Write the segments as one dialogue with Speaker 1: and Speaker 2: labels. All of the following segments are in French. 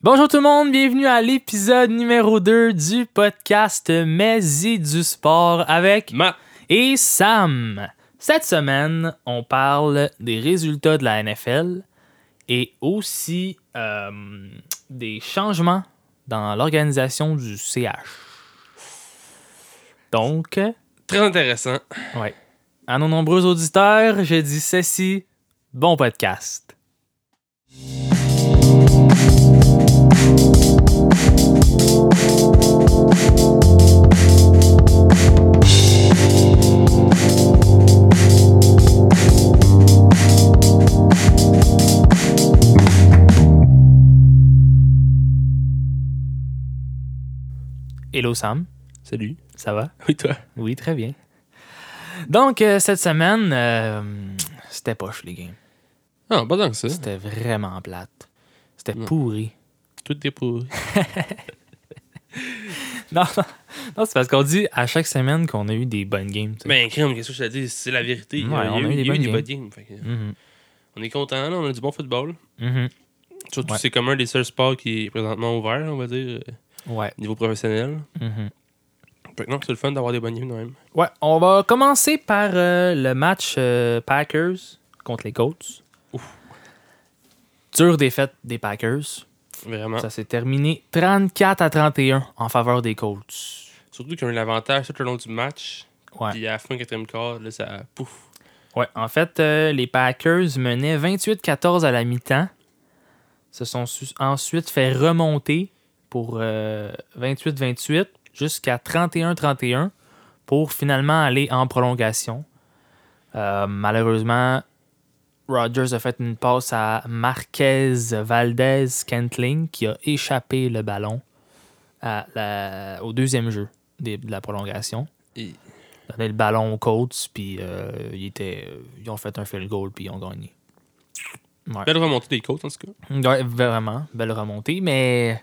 Speaker 1: Bonjour tout le monde, bienvenue à l'épisode numéro 2 du podcast Maisie du sport avec
Speaker 2: Ma.
Speaker 1: et Sam. Cette semaine, on parle des résultats de la NFL et aussi euh, des changements dans l'organisation du CH. Donc,
Speaker 2: Très intéressant.
Speaker 1: ouais. À nos nombreux auditeurs, je dis ceci, bon podcast. Hello Sam,
Speaker 2: Salut.
Speaker 1: ça va?
Speaker 2: Oui, toi.
Speaker 1: Oui, très bien. Donc, euh, cette semaine, euh, c'était poche, les games.
Speaker 2: Ah, pas tant que ça.
Speaker 1: C'était vraiment plate. C'était
Speaker 2: Ouais.
Speaker 1: pourri.
Speaker 2: Tout est pour.
Speaker 1: Non, non, non, c'est parce qu'on dit à chaque semaine qu'on a eu des bonnes games. tu sais.
Speaker 2: Ben, crème, qu'est-ce que je te dis? C'est la
Speaker 1: Ouais,
Speaker 2: vérité. il y a,
Speaker 1: on
Speaker 2: il y a
Speaker 1: a eu
Speaker 2: eu,
Speaker 1: des
Speaker 2: il y a eu
Speaker 1: bonnes
Speaker 2: des bonnes games. Fait que
Speaker 1: Mhm,
Speaker 2: On est content, là. On a du bon football.
Speaker 1: mhm.
Speaker 2: Surtout,
Speaker 1: Ouais.
Speaker 2: c'est comme un des seuls sports qui est présentement ouvert, on va dire, euh,
Speaker 1: Ouais.
Speaker 2: niveau professionnel.
Speaker 1: mhm.
Speaker 2: Fait que non, c'est le fun d'avoir des bonnes games, quand même.
Speaker 1: Ouais, on va commencer par euh, le match euh, Packers contre les Colts.
Speaker 2: Ouf.
Speaker 1: Dure défaite des Packers.
Speaker 2: Vraiment.
Speaker 1: Ça s'est terminé 34 à 31 en faveur des Colts.
Speaker 2: Surtout qu'ils ont eu l'avantage tout le long du match.
Speaker 1: Ouais.
Speaker 2: Puis à la fin, quatrième quart, là, ça pouf.
Speaker 1: Ouais, en fait, euh, les Packers menaient 28-14 à la mi-temps. Se sont su- ensuite fait remonter pour euh, 28-28 jusqu'à 31-31 pour finalement aller en prolongation. Euh, malheureusement, Rodgers a fait une passe à Marquez Valdez Kentling qui a échappé le ballon à la- au deuxième jeu des- de la prolongation
Speaker 2: Et-
Speaker 1: donné le ballon aux Colts, puis euh, ils, étaient- euh, ils ont fait un field goal, puis ils ont gagné. Ouais.
Speaker 2: Belle remontée des côtes, en tout cas.
Speaker 1: Ouais, vraiment, belle remontée, mais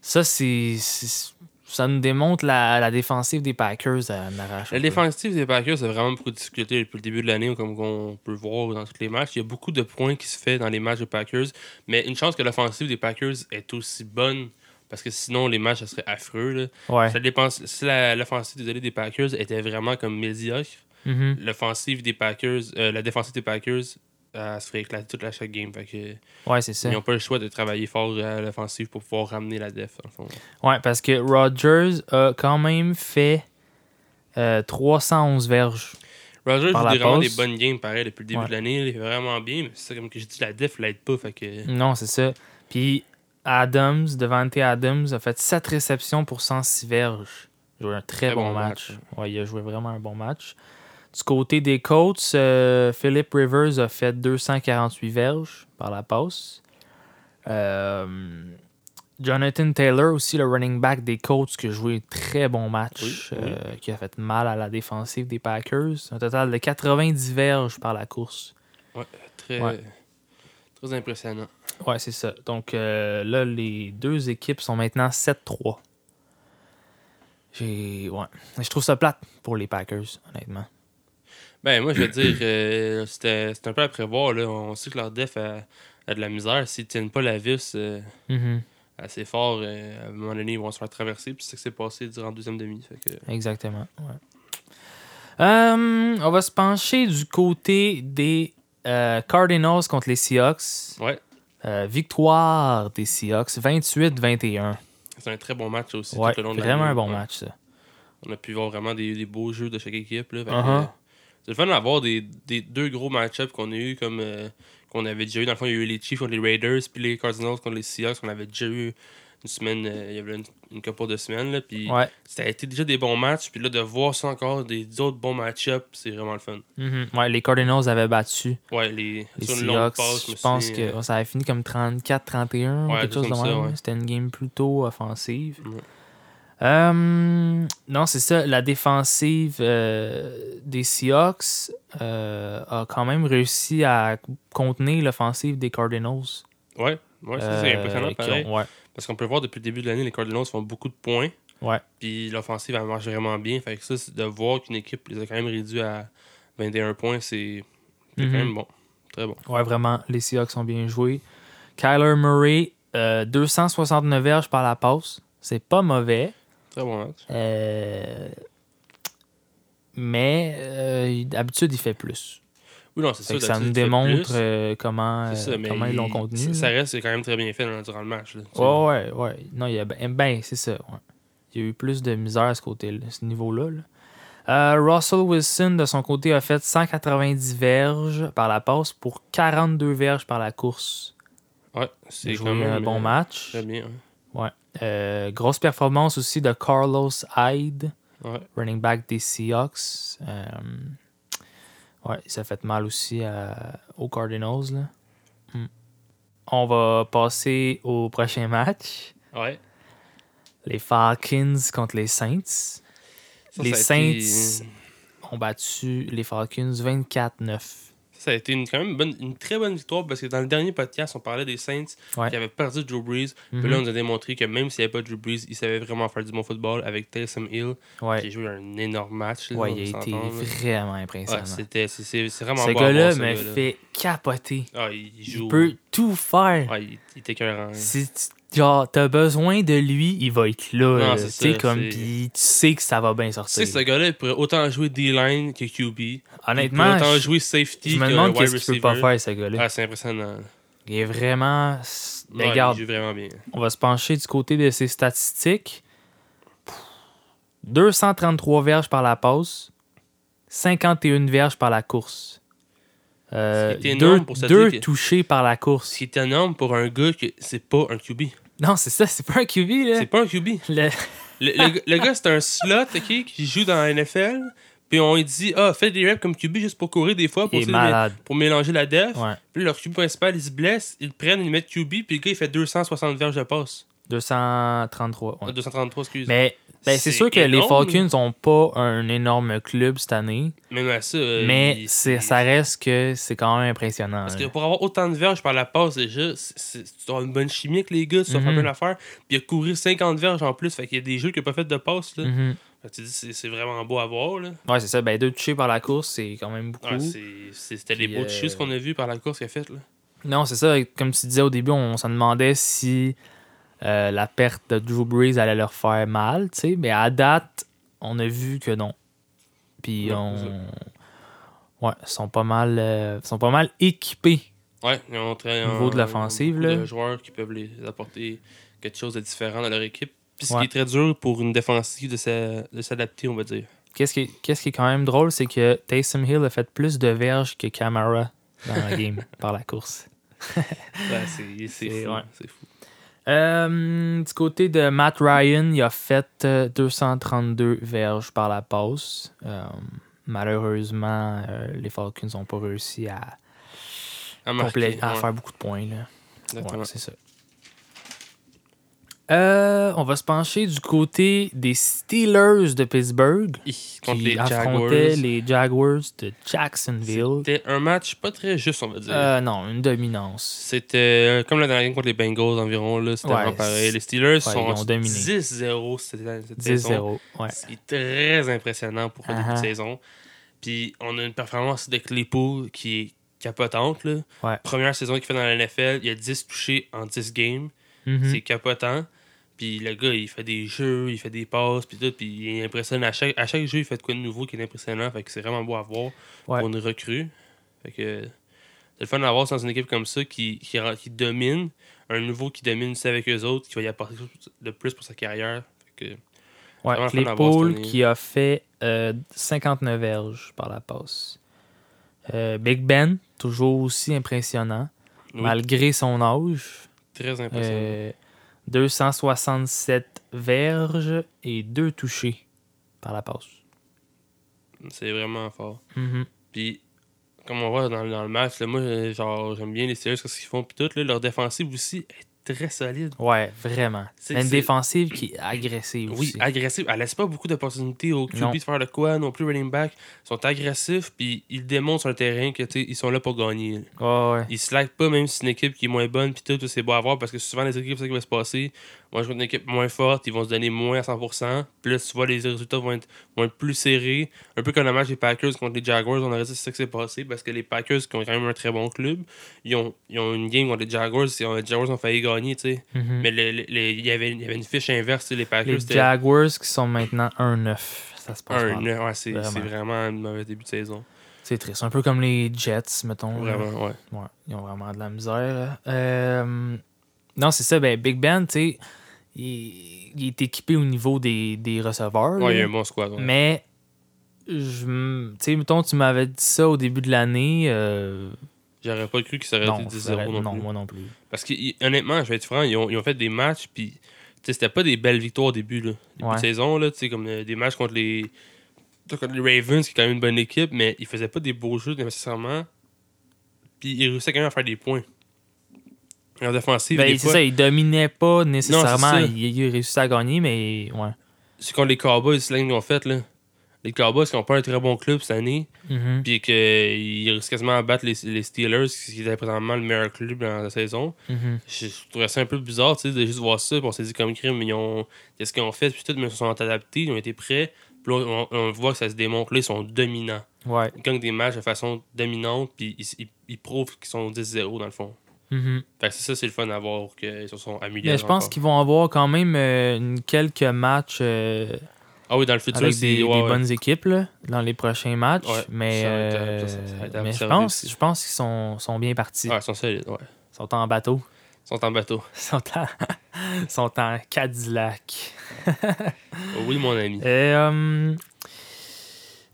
Speaker 1: ça, c'est. c'est- Ça nous démontre la, la défensive des Packers à Narache.
Speaker 2: La défensive des Packers, c'est vraiment beaucoup discuté depuis le début de l'année, comme on peut voir dans tous les matchs. Il y a beaucoup de points qui se fait dans les matchs des Packers, mais une chance que l'offensive des Packers est aussi bonne, parce que sinon les matchs, ça serait affreux. là.
Speaker 1: Ouais.
Speaker 2: Ça dépend, si la- l'offensive désolé, des Packers était vraiment comme médiocre,
Speaker 1: Mhm.
Speaker 2: l'offensive des Packers, euh, la défensive des Packers, euh, elle se ferait éclater toute la chaque game. Fait que,
Speaker 1: Ouais, c'est ça.
Speaker 2: ils n'ont pas le choix de travailler fort euh, à l'offensive pour pouvoir ramener la def, en fond.
Speaker 1: Ouais, parce que Rodgers a quand même fait euh, 311 verges.
Speaker 2: Rogers
Speaker 1: Par
Speaker 2: joue
Speaker 1: la
Speaker 2: des- vraiment
Speaker 1: passe.
Speaker 2: des bonnes games, pareil, depuis le début
Speaker 1: Ouais.
Speaker 2: de l'année. là. Il fait vraiment bien, mais c'est ça, comme que je dis, la def l'aide pas. Fait que...
Speaker 1: Non, c'est ça. Puis Adams, Devante Adams, a fait 7 réceptions pour 106 verges. Il a joué un très, bon, match. Ouais, il a joué vraiment un bon match. Du côté des Colts, euh, Philip Rivers a fait 248 verges par la passe. Euh, Jonathan Taylor, aussi le running back des Colts, qui a joué un très bon match,
Speaker 2: Oui, oui.
Speaker 1: euh, qui a fait mal à la défensive des Packers. Un total de 90 verges par la course.
Speaker 2: Très,
Speaker 1: Ouais.
Speaker 2: très impressionnant.
Speaker 1: Ouais, c'est ça. Donc euh, là, les deux équipes sont maintenant 7-3. J'ai. Ouais. Je trouve ça plate pour les Packers, honnêtement.
Speaker 2: Ben, moi, je veux dire, euh, c'était c'était un peu à prévoir. Là. On sait que leur def a, a de la misère. S'ils tiennent pas la vis euh, assez fort, euh, à un moment donné, ils vont se faire traverser. Puis c'est ce qui s'est passé durant la deuxième demi. Fait que...
Speaker 1: Exactement. ouais. Euh, on va se pencher du côté des euh, Cardinals contre les Seahawks.
Speaker 2: Ouais,
Speaker 1: Euh, victoire des Seahawks, 28-21.
Speaker 2: c'est un très bon match aussi.
Speaker 1: Ouais,
Speaker 2: tout le long de
Speaker 1: vraiment
Speaker 2: l'année.
Speaker 1: un bon
Speaker 2: Ouais.
Speaker 1: match, ça.
Speaker 2: On a pu voir vraiment des, des beaux jeux de chaque équipe. là. Fait que,
Speaker 1: Uh-huh.
Speaker 2: euh, C'est le fun d'avoir des, des deux gros match-ups qu'on a eu comme euh, qu'on avait déjà eu. Dans le fond, il y a eu les Chiefs contre les Raiders, puis les Cardinals contre les Seahawks. On avait déjà eu une semaine, euh, il y avait une, une couple de semaines. Là, puis
Speaker 1: Ouais.
Speaker 2: ça a été déjà des bons matchs. Puis là, de voir ça encore, des autres bons match-ups, c'est vraiment le fun.
Speaker 1: Mhm. Ouais, les Cardinals avaient battu
Speaker 2: Ouais, les,
Speaker 1: Les
Speaker 2: sur une longue
Speaker 1: Seahawks,
Speaker 2: passe,
Speaker 1: je
Speaker 2: me
Speaker 1: pense
Speaker 2: souviens,
Speaker 1: que ça avait fini comme 34-31 ou
Speaker 2: Ouais,
Speaker 1: quelque chose
Speaker 2: quelque
Speaker 1: de
Speaker 2: chose comme ça,
Speaker 1: même.
Speaker 2: ouais.
Speaker 1: C'était une game plutôt offensive.
Speaker 2: Ouais.
Speaker 1: Euh, non, c'est ça. La défensive euh, des Seahawks euh, a quand même réussi à contenir l'offensive des Cardinals.
Speaker 2: euh, Ouais, ouais, ça, c'est
Speaker 1: Euh,
Speaker 2: impressionnant
Speaker 1: qui ont-
Speaker 2: pareil.
Speaker 1: ouais.
Speaker 2: Parce qu'on peut voir depuis le début de l'année, les Cardinals font beaucoup de points.
Speaker 1: Ouais.
Speaker 2: Puis l'offensive, elle marche vraiment bien. Fait que ça, c'est de voir qu'une équipe les a quand même réduits à 21 points, c'est c'est
Speaker 1: Mhm.
Speaker 2: quand même bon. Très bon.
Speaker 1: Ouais, vraiment, les Seahawks ont bien joué. Kyler Murray, euh, 269 verges par la passe. C'est pas mauvais.
Speaker 2: Très bon match.
Speaker 1: Euh, mais euh, d'habitude, il fait plus.
Speaker 2: Oui, non, c'est
Speaker 1: Fait
Speaker 2: ça.
Speaker 1: que ça
Speaker 2: d'habitude,
Speaker 1: nous
Speaker 2: il fait
Speaker 1: démontre
Speaker 2: plus.
Speaker 1: euh, comment,
Speaker 2: C'est ça,
Speaker 1: euh,
Speaker 2: mais
Speaker 1: comment ils l'ont
Speaker 2: il-
Speaker 1: contenu.
Speaker 2: c'est-
Speaker 1: là.
Speaker 2: Ça reste c'est quand même très bien fait là, durant le match. là, tu vois.
Speaker 1: Ouais, ouais, ouais. Non, il y a ben, ben, c'est ça. ouais. Il y a eu plus de misère à ce côté, ce niveau-là. là. Euh, Russell Wilson, de son côté, a fait 190 verges par la passe pour 42 verges par la course.
Speaker 2: Ouais,
Speaker 1: Il a
Speaker 2: c'est
Speaker 1: joué
Speaker 2: quand même
Speaker 1: un bon
Speaker 2: euh,
Speaker 1: match.
Speaker 2: Très bien.
Speaker 1: Euh, grosse performance aussi de Carlos Hyde,
Speaker 2: Ouais. Ouais.
Speaker 1: running back des Seahawks. Euh, ouais, il s'est fait mal aussi à- aux Cardinals. là. Hmm. On va passer au prochain match.
Speaker 2: Ouais.
Speaker 1: Les Falcons contre les Saints.
Speaker 2: Ça,
Speaker 1: les
Speaker 2: ça a été-
Speaker 1: Saints ont battu les Falcons 24-9.
Speaker 2: Ça a été une, quand même bonne- une très bonne victoire parce que dans le dernier podcast, on parlait des Saints
Speaker 1: Ouais.
Speaker 2: qui avaient perdu Drew Brees.
Speaker 1: Mhm.
Speaker 2: Puis là, on nous a démontré que même s'il n'y avait pas Drew Brees, il savait vraiment faire du bon football avec Taysom Hill qui
Speaker 1: Ouais,
Speaker 2: a joué un énorme match. là,
Speaker 1: ouais,
Speaker 2: on
Speaker 1: il a été
Speaker 2: s'entend, là.
Speaker 1: vraiment
Speaker 2: Ouais,
Speaker 1: impressionnant.
Speaker 2: c'était c'est- c'est c'est vraiment
Speaker 1: Ce
Speaker 2: bon à
Speaker 1: gars-là
Speaker 2: voir, ce
Speaker 1: me
Speaker 2: gars-là.
Speaker 1: fait capoter.
Speaker 2: Ah, il joue.
Speaker 1: Il peut tout faire.
Speaker 2: Ouais, il, il était écœurant. hein.
Speaker 1: Si tu- genre, t'as besoin de lui, il va être là.
Speaker 2: Non,
Speaker 1: là.
Speaker 2: c'est
Speaker 1: Tu sais,
Speaker 2: ça,
Speaker 1: comme,
Speaker 2: c'est-
Speaker 1: pis tu sais que ça va bien
Speaker 2: Tu sais
Speaker 1: sortir.
Speaker 2: que ce gars-là, il pourrait autant jouer D-line que QB.
Speaker 1: Honnêtement,
Speaker 2: il pourrait autant
Speaker 1: je,
Speaker 2: jouer safety
Speaker 1: je me
Speaker 2: que
Speaker 1: demande
Speaker 2: wide
Speaker 1: qu'est-ce qu'il peut
Speaker 2: receiver.
Speaker 1: pas faire, ce gars-là.
Speaker 2: Ah, c'est impressionnant.
Speaker 1: Il est vraiment. Mais
Speaker 2: Ouais,
Speaker 1: regarde,
Speaker 2: Il joue vraiment bien.
Speaker 1: On va se pencher du côté de ses statistiques. 233 verges par la passe, 51 verges par la course. Euh,
Speaker 2: Ce qui est énorme
Speaker 1: deux
Speaker 2: pour se
Speaker 1: deux
Speaker 2: dire que-
Speaker 1: touchés par la
Speaker 2: Ce
Speaker 1: course.
Speaker 2: qui est énorme pour un gars que c'est pas un QB.
Speaker 1: Non, c'est ça, c'est pas un QB. Là.
Speaker 2: C'est pas un QB.
Speaker 1: Le-
Speaker 2: Le, le- le gars, c'est un slot ok, qui joue dans la NFL. Puis on lui dit Ah, fais des reps comme QB juste pour courir des fois, pour,
Speaker 1: Il est
Speaker 2: tu sais,
Speaker 1: malade.
Speaker 2: pour mélanger la def.
Speaker 1: Ouais.
Speaker 2: Puis leur QB principal, il se blesse, ils le prennent, ils le mettent QB, puis le gars, il fait 260 verges de passe.
Speaker 1: 233. ouais.
Speaker 2: Ah, 233, excuse.
Speaker 1: Mais ben, c'est
Speaker 2: C'est
Speaker 1: sûr que les
Speaker 2: énorme.
Speaker 1: Falcons n'ont pas un énorme club cette année,
Speaker 2: Même à ça. euh,
Speaker 1: mais
Speaker 2: il-
Speaker 1: c'est-
Speaker 2: il-
Speaker 1: ça reste que c'est quand même impressionnant. hein.
Speaker 2: Parce
Speaker 1: là.
Speaker 2: que pour avoir autant de verges par la passe, déjà, c'est- c'est- tu dois avoir une bonne chimie avec les gars, tu dois faire
Speaker 1: Mhm.
Speaker 2: plein d'affaires. Puis il a couru 50 verges en plus, fait qu'il y a des jeux qui n'ont pas fait de passe. Là.
Speaker 1: Mhm.
Speaker 2: Fait que tu dis, c'est c'est vraiment beau à voir. Là.
Speaker 1: Ouais, c'est ça. Ben, deux touchés par la course, c'est quand même beaucoup.
Speaker 2: Ouais, c'est- c'est- C'était les
Speaker 1: Puis,
Speaker 2: beaux
Speaker 1: euh,
Speaker 2: tissus qu'on a vus par la course qu'il a faite. là.
Speaker 1: Non, c'est ça. Comme tu disais au début, on s'en demandait si euh, la perte de Drew Brees allait leur faire mal, tu sais. Mais à date, on a vu que non. Puis
Speaker 2: Ouais,
Speaker 1: on.
Speaker 2: c'est ça.
Speaker 1: Ouais, ils sont pas mal, euh, sont pas mal équipés.
Speaker 2: Ouais, ils ont très-
Speaker 1: Au niveau de
Speaker 2: un-
Speaker 1: l'offensive,
Speaker 2: beaucoup
Speaker 1: là.
Speaker 2: de joueurs qui peuvent les apporter quelque chose de différent dans leur équipe. Puis ce
Speaker 1: Ouais.
Speaker 2: qui est très dur pour une défensive de s'a- de s'adapter, on va dire.
Speaker 1: Qu'est-ce qui, qu'est-ce qui est quand même drôle, c'est que Taysom Hill a fait plus de verges que Camara dans la game par la course.
Speaker 2: Ouais, c'est c'est
Speaker 1: C'est-
Speaker 2: fou.
Speaker 1: ouais.
Speaker 2: c'est fou.
Speaker 1: Euh, du côté de Matt Ryan, il a fait euh, 232 verges par la passe. Euh, malheureusement, euh, les Falcons n'ont pas réussi à,
Speaker 2: À marquer,
Speaker 1: complé- à
Speaker 2: ouais,
Speaker 1: faire beaucoup de points. là.
Speaker 2: exactement.
Speaker 1: Ouais, c'est ça. Euh, on va se pencher du côté des Steelers de Pittsburgh
Speaker 2: Hi, Contre
Speaker 1: qui
Speaker 2: les Jaguars.
Speaker 1: affrontaient les Jaguars de Jacksonville.
Speaker 2: C'était un match pas très juste, on va dire.
Speaker 1: Euh, non, une dominance.
Speaker 2: C'était euh, comme la dernière game contre les Bengals environ, là, c'était
Speaker 1: Ouais,
Speaker 2: vraiment pareil.
Speaker 1: c'est-
Speaker 2: Les Steelers sont
Speaker 1: ils ont dominé.
Speaker 2: 10-0 cette, cette saison.
Speaker 1: 10-0. Ouais.
Speaker 2: C'est très impressionnant pour le début
Speaker 1: Uh-huh.
Speaker 2: de saison. Puis on a une performance de Claypool qui est capotante. Là.
Speaker 1: Ouais.
Speaker 2: Première saison qu'il fait dans la NFL, il a 10 touchés en 10 games.
Speaker 1: Mhm.
Speaker 2: C'est capotant. Puis le gars, il fait des jeux, il fait des passes, puis tout. Puis il impressionne. À chaque, à chaque jeu, il fait de quoi de nouveau qui est impressionnant. Fait que c'est vraiment beau à voir
Speaker 1: Ouais.
Speaker 2: pour une recrue. Fait que c'est le fun d'avoir dans une équipe comme ça qui, qui, rend- qui domine. Un nouveau qui domine, c'est avec eux autres, qui va y apporter de plus pour sa carrière. Fait que
Speaker 1: Ouais,
Speaker 2: Vraiment le fun d'avoir
Speaker 1: l'épaule
Speaker 2: cette année.
Speaker 1: qui a fait euh, 59 verges par la passe. Euh, Big Ben, toujours aussi impressionnant,
Speaker 2: Oui.
Speaker 1: malgré son âge.
Speaker 2: très impressionnant.
Speaker 1: Euh, 267 verges et 2 touchés par la passe.
Speaker 2: C'est vraiment fort.
Speaker 1: Mhm.
Speaker 2: Puis, comme on voit dans, dans le match, là, moi, euh, genre, j'aime bien les Steelers, ce qu'ils font, puis tout. là, leur défensive aussi est très solide.
Speaker 1: Ouais, vraiment.
Speaker 2: C'est-
Speaker 1: Mais Une
Speaker 2: c'est-
Speaker 1: défensive qui est agressive
Speaker 2: Oui,
Speaker 1: aussi.
Speaker 2: agressive. Elle laisse pas beaucoup d'opportunités aux QB
Speaker 1: Non.
Speaker 2: de faire le quoi, non plus running back. Ils sont agressifs, puis ils démontrent sur le terrain que, tu sais, ils sont là pour gagner. là.
Speaker 1: Ouais, ouais.
Speaker 2: Ils slack pas, même si c'est une équipe qui est moins bonne, puis tout, c'est beau à voir, parce que souvent, les équipes, c'est ça qui va se passer. Moi, je vois une équipe moins forte, ils vont se donner moins à 100%. Puis là, tu vois, les résultats vont être, vont être plus serrés. Un peu comme le match des Packers contre les Jaguars, on aurait dit que c'est ça qui s'est passé, parce que les Packers, qui ont quand même un très bon club, ils ont, ils ont une game contre les Jaguars, et les Jaguars ont failli gagner, gagner, tu sais.
Speaker 1: Mhm.
Speaker 2: Mais le- le- le- il y avait il y avait une fiche inverse, tu sais, les Packers,
Speaker 1: Les
Speaker 2: c'était
Speaker 1: Jaguars qui sont maintenant 1-9. Ça se passe
Speaker 2: un
Speaker 1: mal.
Speaker 2: ouais, c'est
Speaker 1: Vraiment.
Speaker 2: c'est vraiment un mauvais début de saison.
Speaker 1: C'est triste. Un peu comme les Jets, mettons. là.
Speaker 2: Vraiment, ouais.
Speaker 1: Ouais, ils ont vraiment de la misère. là. Euh, non, c'est ça. Ben, Big Ben, tu sais, il, il est équipé au niveau des, des receveurs.
Speaker 2: Ouais, il y
Speaker 1: là.
Speaker 2: a un bon squad. ouais.
Speaker 1: Mais, je, m- tu sais, mettons, tu m'avais dit ça au début de l'année. euh,
Speaker 2: J'aurais pas cru qu'il s'aurait
Speaker 1: non,
Speaker 2: été
Speaker 1: ça aurait-
Speaker 2: 10-0 non,
Speaker 1: non,
Speaker 2: plus.
Speaker 1: moi non plus.
Speaker 2: Parce que, il- honnêtement, je vais être franc, ils ont, ils ont fait des matchs, puis tu sais, c'était pas des belles victoires au début, là. Début
Speaker 1: Ouais.
Speaker 2: de saison, là, tu sais, comme euh, des matchs contre les, contre les Ravens, qui est quand même une bonne équipe, mais ils faisaient pas des beaux jeux nécessairement. Puis ils réussissaient quand même à faire des points. En défensive,
Speaker 1: Ben,
Speaker 2: des
Speaker 1: c'est
Speaker 2: fois,
Speaker 1: ça, il dominait pas nécessairement.
Speaker 2: ça.
Speaker 1: il, il a réussi à gagner, mais ouais.
Speaker 2: c'est contre les Cowboys, c'est là qu'ils l'ont fait, là. Les Cowboys qui ont pas un très bon club cette année,
Speaker 1: Mhm.
Speaker 2: puis qu'ils risquent quasiment à battre les, les Steelers, qui était présentement le meilleur club dans la saison.
Speaker 1: Mhm.
Speaker 2: je trouvais ça un peu bizarre, tu sais, de juste voir ça. Puis on s'est dit, comme crime, ils ont. Qu'est-ce qu'ils ont fait? Puis tout, mais ils se sont adaptés, ils ont été prêts. Puis là, on, on voit que ça se démontre. Là, ils sont dominants.
Speaker 1: Ouais.
Speaker 2: Ils gagnent des matchs de façon dominante, puis ils, ils, ils prouvent qu'ils sont 10-0 dans le fond.
Speaker 1: Mhm.
Speaker 2: Fait que c'est ça, c'est le fun à voir, qu'ils se sont améliorés.
Speaker 1: Mais je pense
Speaker 2: encore.
Speaker 1: qu'ils vont avoir quand même euh, une- quelques matchs euh,
Speaker 2: Ah oui, dans le futur,
Speaker 1: avec
Speaker 2: c'est.
Speaker 1: des,
Speaker 2: ouais,
Speaker 1: des
Speaker 2: ouais.
Speaker 1: bonnes équipes là, dans les prochains matchs.
Speaker 2: Ouais,
Speaker 1: mais
Speaker 2: ça va être, euh,
Speaker 1: euh,
Speaker 2: ça, ça va être à
Speaker 1: mais je
Speaker 2: observer
Speaker 1: pense,
Speaker 2: aussi.
Speaker 1: je pense qu'ils sont, sont bien partis.
Speaker 2: Ouais, Ah, ils sont solides, ouais.
Speaker 1: Ils sont en bateau.
Speaker 2: Ils sont en bateau.
Speaker 1: Ils sont en, ils sont en Cadillac.
Speaker 2: oui, mon ami.
Speaker 1: Et, euh,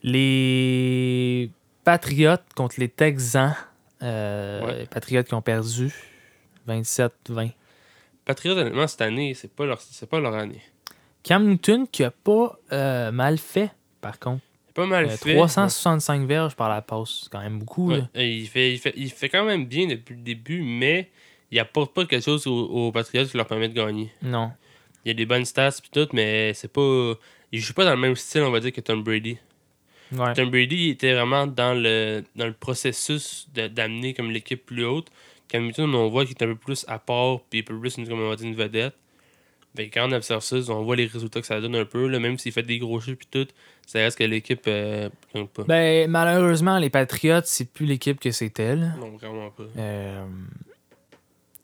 Speaker 1: les Patriots contre les Texans. Euh,
Speaker 2: Ouais.
Speaker 1: Les Patriots qui ont perdu 27-20.
Speaker 2: Patriots, honnêtement, cette année, c'est pas leur, c'est pas leur année.
Speaker 1: Cam Newton qui a pas euh, mal fait, par contre.
Speaker 2: C'est pas mal
Speaker 1: Euh,
Speaker 2: fait.
Speaker 1: 365 verges par la passe, c'est quand même beaucoup.
Speaker 2: Ouais,
Speaker 1: là.
Speaker 2: euh, il, fait, il, fait, il fait quand même bien depuis le début, mais il apporte pas quelque chose aux, aux Patriots qui leur permet de gagner.
Speaker 1: Non.
Speaker 2: Il y a des bonnes stats et tout, mais c'est pas. Il joue pas dans le même style, on va dire, que Tom Brady.
Speaker 1: Ouais.
Speaker 2: Tom Brady il était vraiment dans le, dans le processus de- d'amener comme l'équipe plus haute. Cam Newton, on voit qu'il est un peu plus à part, puis un peu plus une, comme on va dire, une vedette. Ben, quand on observe ça, on voit les résultats que ça donne un peu. là. même s'il fait des gros jeux puis tout, ça reste que l'équipe euh, gagne pas.
Speaker 1: Ben, malheureusement, les Patriots, c'est plus l'équipe que c'était. là.
Speaker 2: Non, vraiment pas.
Speaker 1: Euh,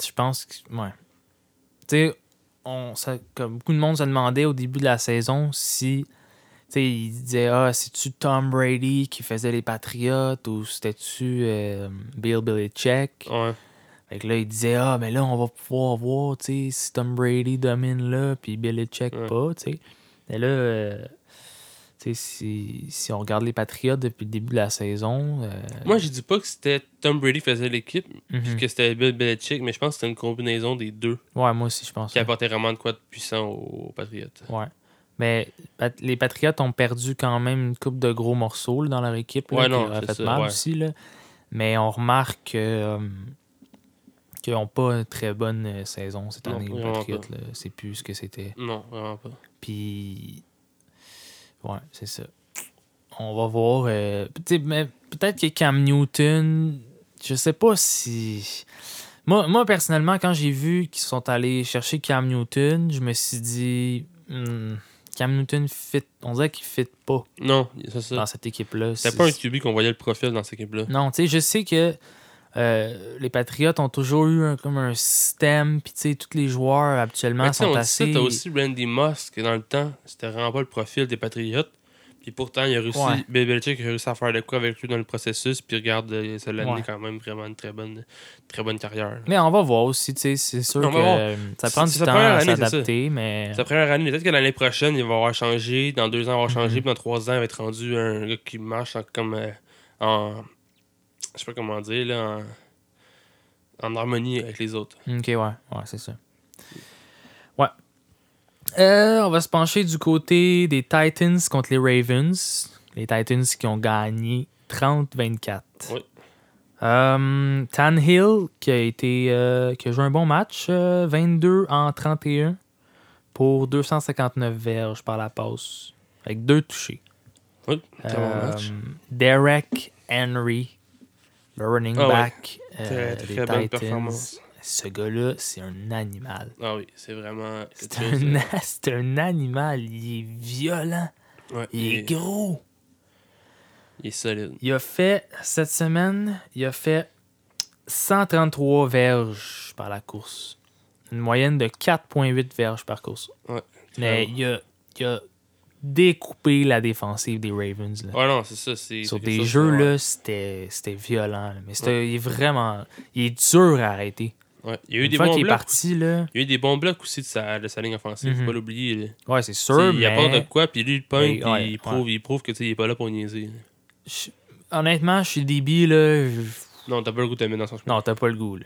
Speaker 1: je pense que. Ouais. Tu sais, on- ça- comme beaucoup de monde se demandait au début de la saison si. Tu sais, ils disaient Ah, c'est-tu Tom Brady qui faisait les Patriots ou c'était-tu euh, Bill Belichick
Speaker 2: Ouais.
Speaker 1: Fait que là, il disait Ah, mais là, on va pouvoir voir tu sais, si Tom Brady domine là, puis Belichick
Speaker 2: Ouais.
Speaker 1: pas. tu sais. Mais là, euh, tu sais, si, si on regarde les Patriots depuis le début de la saison. euh,
Speaker 2: Moi, je dis pas que c'était Tom Brady qui faisait l'équipe, puis
Speaker 1: mhm.
Speaker 2: que c'était Bill Belichick, mais je pense que c'était une combinaison des deux
Speaker 1: Ouais, moi aussi, je pense.
Speaker 2: qui
Speaker 1: ouais.
Speaker 2: apportait vraiment de quoi de puissant aux Patriots.
Speaker 1: Ouais. Mais Pat- les Patriotes ont perdu quand même une coupe de gros morceaux là, dans leur équipe. Là,
Speaker 2: Ouais,
Speaker 1: qui
Speaker 2: non,
Speaker 1: leur a
Speaker 2: c'est
Speaker 1: fait
Speaker 2: ça,
Speaker 1: mal
Speaker 2: ouais.
Speaker 1: aussi. là. Mais on remarque que, euh, qu'ils n'ont pas une très bonne euh, saison cette
Speaker 2: Non,
Speaker 1: année. Les
Speaker 2: vraiment
Speaker 1: Patriotes, là. c'est plus ce que c'était.
Speaker 2: Non, vraiment pas.
Speaker 1: Puis. Ouais, c'est ça. On va voir. euh, tu sais, mais peut-être que Cam Newton. Je sais pas si. Moi, moi personnellement, quand j'ai vu qu'ils sont allés chercher Cam Newton, je me suis dit. Hmm, Cam Newton fit. On dirait qu'il fit pas
Speaker 2: Non, c'est ça.
Speaker 1: dans cette équipe-là.
Speaker 2: Mm. C'était pas un QB qu'on voyait le profil dans cette équipe-là.
Speaker 1: Non, tu sais, je sais que euh, les Patriotes ont toujours eu un, comme un système. Puis, tu sais, tous les joueurs
Speaker 2: Mais
Speaker 1: actuellement
Speaker 2: tu
Speaker 1: sont
Speaker 2: sais, on dit ça,
Speaker 1: assez.
Speaker 2: t'as aussi Randy Moss, qui dans le temps, c'était vraiment pas le profil des Patriots. Puis pourtant, il a réussi,
Speaker 1: Ouais.
Speaker 2: Bill Belichick a réussi à faire de quoi avec lui dans le processus. Puis regarde, euh, ça l'a amené
Speaker 1: Ouais.
Speaker 2: quand même vraiment une très bonne, très bonne carrière.
Speaker 1: Mais on va voir aussi, tu sais, c'est sûr
Speaker 2: On
Speaker 1: que
Speaker 2: va voir.
Speaker 1: euh, ça
Speaker 2: C'est-
Speaker 1: prend du
Speaker 2: c'est sa
Speaker 1: temps
Speaker 2: première
Speaker 1: à
Speaker 2: année, c'est ça.
Speaker 1: s'adapter, mais
Speaker 2: Sa première année, peut-être que l'année prochaine, il va avoir changé. Dans deux ans, il va avoir changé.
Speaker 1: Mhm.
Speaker 2: Puis dans trois ans, il va être rendu un gars qui marche en- comme euh, en. Je sais pas comment dire, là. En, en harmonie avec les autres.
Speaker 1: ok, ouais, ouais, c'est ça. Ouais. Euh, on va se pencher du côté des Titans contre les Ravens. Les Titans qui ont gagné 30-24.
Speaker 2: Oui.
Speaker 1: Euh, Tannehill qui a été euh, qui a joué un bon match, euh, 22 en 31 pour 259 verges par la passe, avec deux touchés.
Speaker 2: Oui, très bon match.
Speaker 1: Euh, Derek Henry, le running
Speaker 2: Ah ouais.
Speaker 1: back euh,
Speaker 2: Très,
Speaker 1: des
Speaker 2: très belle
Speaker 1: Titans.
Speaker 2: performance.
Speaker 1: Ce gars-là, c'est un animal.
Speaker 2: Ah oui, c'est vraiment. quelque
Speaker 1: C'est
Speaker 2: chose,
Speaker 1: un,
Speaker 2: là.
Speaker 1: c'est un animal. Il est violent.
Speaker 2: Ouais,
Speaker 1: Il est gros.
Speaker 2: il est solide.
Speaker 1: Il a fait, cette semaine, il a fait 133 verges par la course. une moyenne de 4,8 verges par course.
Speaker 2: Ouais,
Speaker 1: Mais
Speaker 2: vraiment.
Speaker 1: il a, il a découpé la défensive des Ravens. là.
Speaker 2: Ouais, non, c'est ça. c'est-
Speaker 1: Sur
Speaker 2: c'est
Speaker 1: des
Speaker 2: quelque chose,
Speaker 1: jeux,
Speaker 2: ouais.
Speaker 1: là, c'était c'était violent. là. Mais c'était il est vraiment. Il est dur à arrêter.
Speaker 2: Ouais. Il y a eu
Speaker 1: Une
Speaker 2: des
Speaker 1: fois
Speaker 2: bons
Speaker 1: qu'il est
Speaker 2: blocs.
Speaker 1: parti, là.
Speaker 2: Il y a eu des bons blocs aussi de sa, de sa ligne offensive,
Speaker 1: Mhm.
Speaker 2: faut pas l'oublier. là.
Speaker 1: Ouais, c'est
Speaker 2: Tu sais,
Speaker 1: sûr.
Speaker 2: Il
Speaker 1: mais
Speaker 2: apporte de quoi, puis lui, il pointe,
Speaker 1: Mais,
Speaker 2: puis
Speaker 1: ouais,
Speaker 2: il, prouve, il prouve que tu sais, il est pas là pour niaiser. là.
Speaker 1: je- Honnêtement, je suis débile, là. je-
Speaker 2: Non, t'as pas le goût de te mettre dans son chemin.
Speaker 1: Non, t'as pas le goût, là.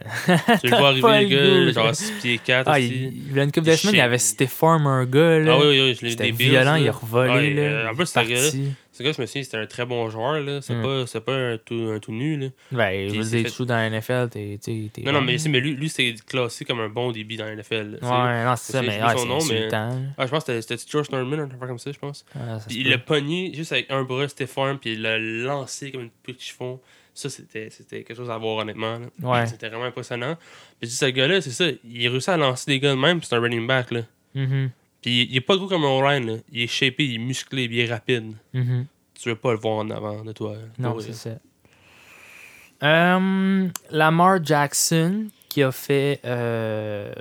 Speaker 2: Tu le vois
Speaker 1: pas
Speaker 2: arriver,
Speaker 1: le
Speaker 2: le
Speaker 1: goût.
Speaker 2: gars, genre 6 pieds 4
Speaker 1: Ah,
Speaker 2: aussi.
Speaker 1: il, il y a une couple
Speaker 2: Il
Speaker 1: de semaines, il
Speaker 2: shake.
Speaker 1: avait cité Farm un gars, là.
Speaker 2: Ah oui, oui, oui, je l'ai
Speaker 1: C'était
Speaker 2: des Bills,
Speaker 1: violent,
Speaker 2: là.
Speaker 1: il a revolé,
Speaker 2: Ouais,
Speaker 1: là.
Speaker 2: euh, en
Speaker 1: il
Speaker 2: plus,
Speaker 1: est
Speaker 2: ce gars-là,
Speaker 1: parti.
Speaker 2: Ce gars, je me souviens, c'était un très bon joueur, là. C'est
Speaker 1: Mm.
Speaker 2: pas, c'est pas un, tout, un tout nu, là.
Speaker 1: Ben, je
Speaker 2: Puis
Speaker 1: veux
Speaker 2: il
Speaker 1: dire,
Speaker 2: s'est
Speaker 1: tu joues dans la NFL, t'es. t'es- t'es
Speaker 2: Non, non,
Speaker 1: bon.
Speaker 2: mais, c'est- mais lui, lui c'est classé comme un bon débit dans la NFL. là, tu sais.
Speaker 1: Ouais, non, c'est ça,
Speaker 2: j'ai
Speaker 1: mais
Speaker 2: oublié
Speaker 1: ouais,
Speaker 2: son
Speaker 1: c'est
Speaker 2: nom, mais-
Speaker 1: insultant. là.
Speaker 2: Ah, je pense que c'était- c'était George Norman, un affaire comme ça, je pense.
Speaker 1: Ah, ça se
Speaker 2: Puis il l'a
Speaker 1: peut.
Speaker 2: pogné juste avec un bras, c'était forme, puis il l'a lancé comme une petite chiffon. Ça, c'était c'était quelque chose à voir, honnêtement. là.
Speaker 1: Ouais.
Speaker 2: C'était vraiment impressionnant. Puis tu sais, ce gars-là, c'est ça, il réussit à lancer des gars de même, puis c'est un running back, là.
Speaker 1: Mhm,
Speaker 2: Puis il est pas gros comme un Ryan, là. Il est shapé, il est musclé, puis il est rapide.
Speaker 1: mhm.
Speaker 2: Tu veux pas le voir en avant de toi. là.
Speaker 1: Non,
Speaker 2: Pour-
Speaker 1: c'est ça. Euh, Lamar Jackson, qui a fait euh,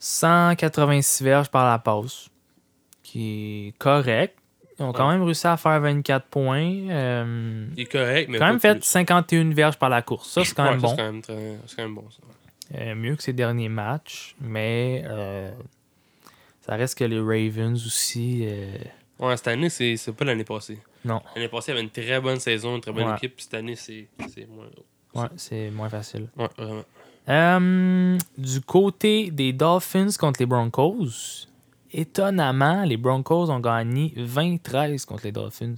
Speaker 1: 186 verges par la passe, qui est correct. Ils ont quand
Speaker 2: Ouais.
Speaker 1: même réussi à faire 24 points. euh,
Speaker 2: Il est correct, mais.
Speaker 1: quand
Speaker 2: pas
Speaker 1: même fait
Speaker 2: plus.
Speaker 1: 51 verges par la course. Ça, c'est quand
Speaker 2: Ouais,
Speaker 1: même
Speaker 2: ça,
Speaker 1: bon.
Speaker 2: C'est quand même, très- c'est quand même bon, ça.
Speaker 1: Euh, mieux que ses derniers matchs, mais euh, ça reste que les Ravens aussi. euh,
Speaker 2: Ouais, cette année, c'est c'est pas l'année passée.
Speaker 1: Non.
Speaker 2: L'année passée, il y avait une très bonne saison, une très bonne
Speaker 1: Ouais.
Speaker 2: équipe, puis cette année, c'est c'est moins.
Speaker 1: ouais, c'est moins facile.
Speaker 2: Ouais, vraiment.
Speaker 1: Euh, du côté des Dolphins contre les Broncos, étonnamment, les Broncos ont gagné 23 contre les Dolphins.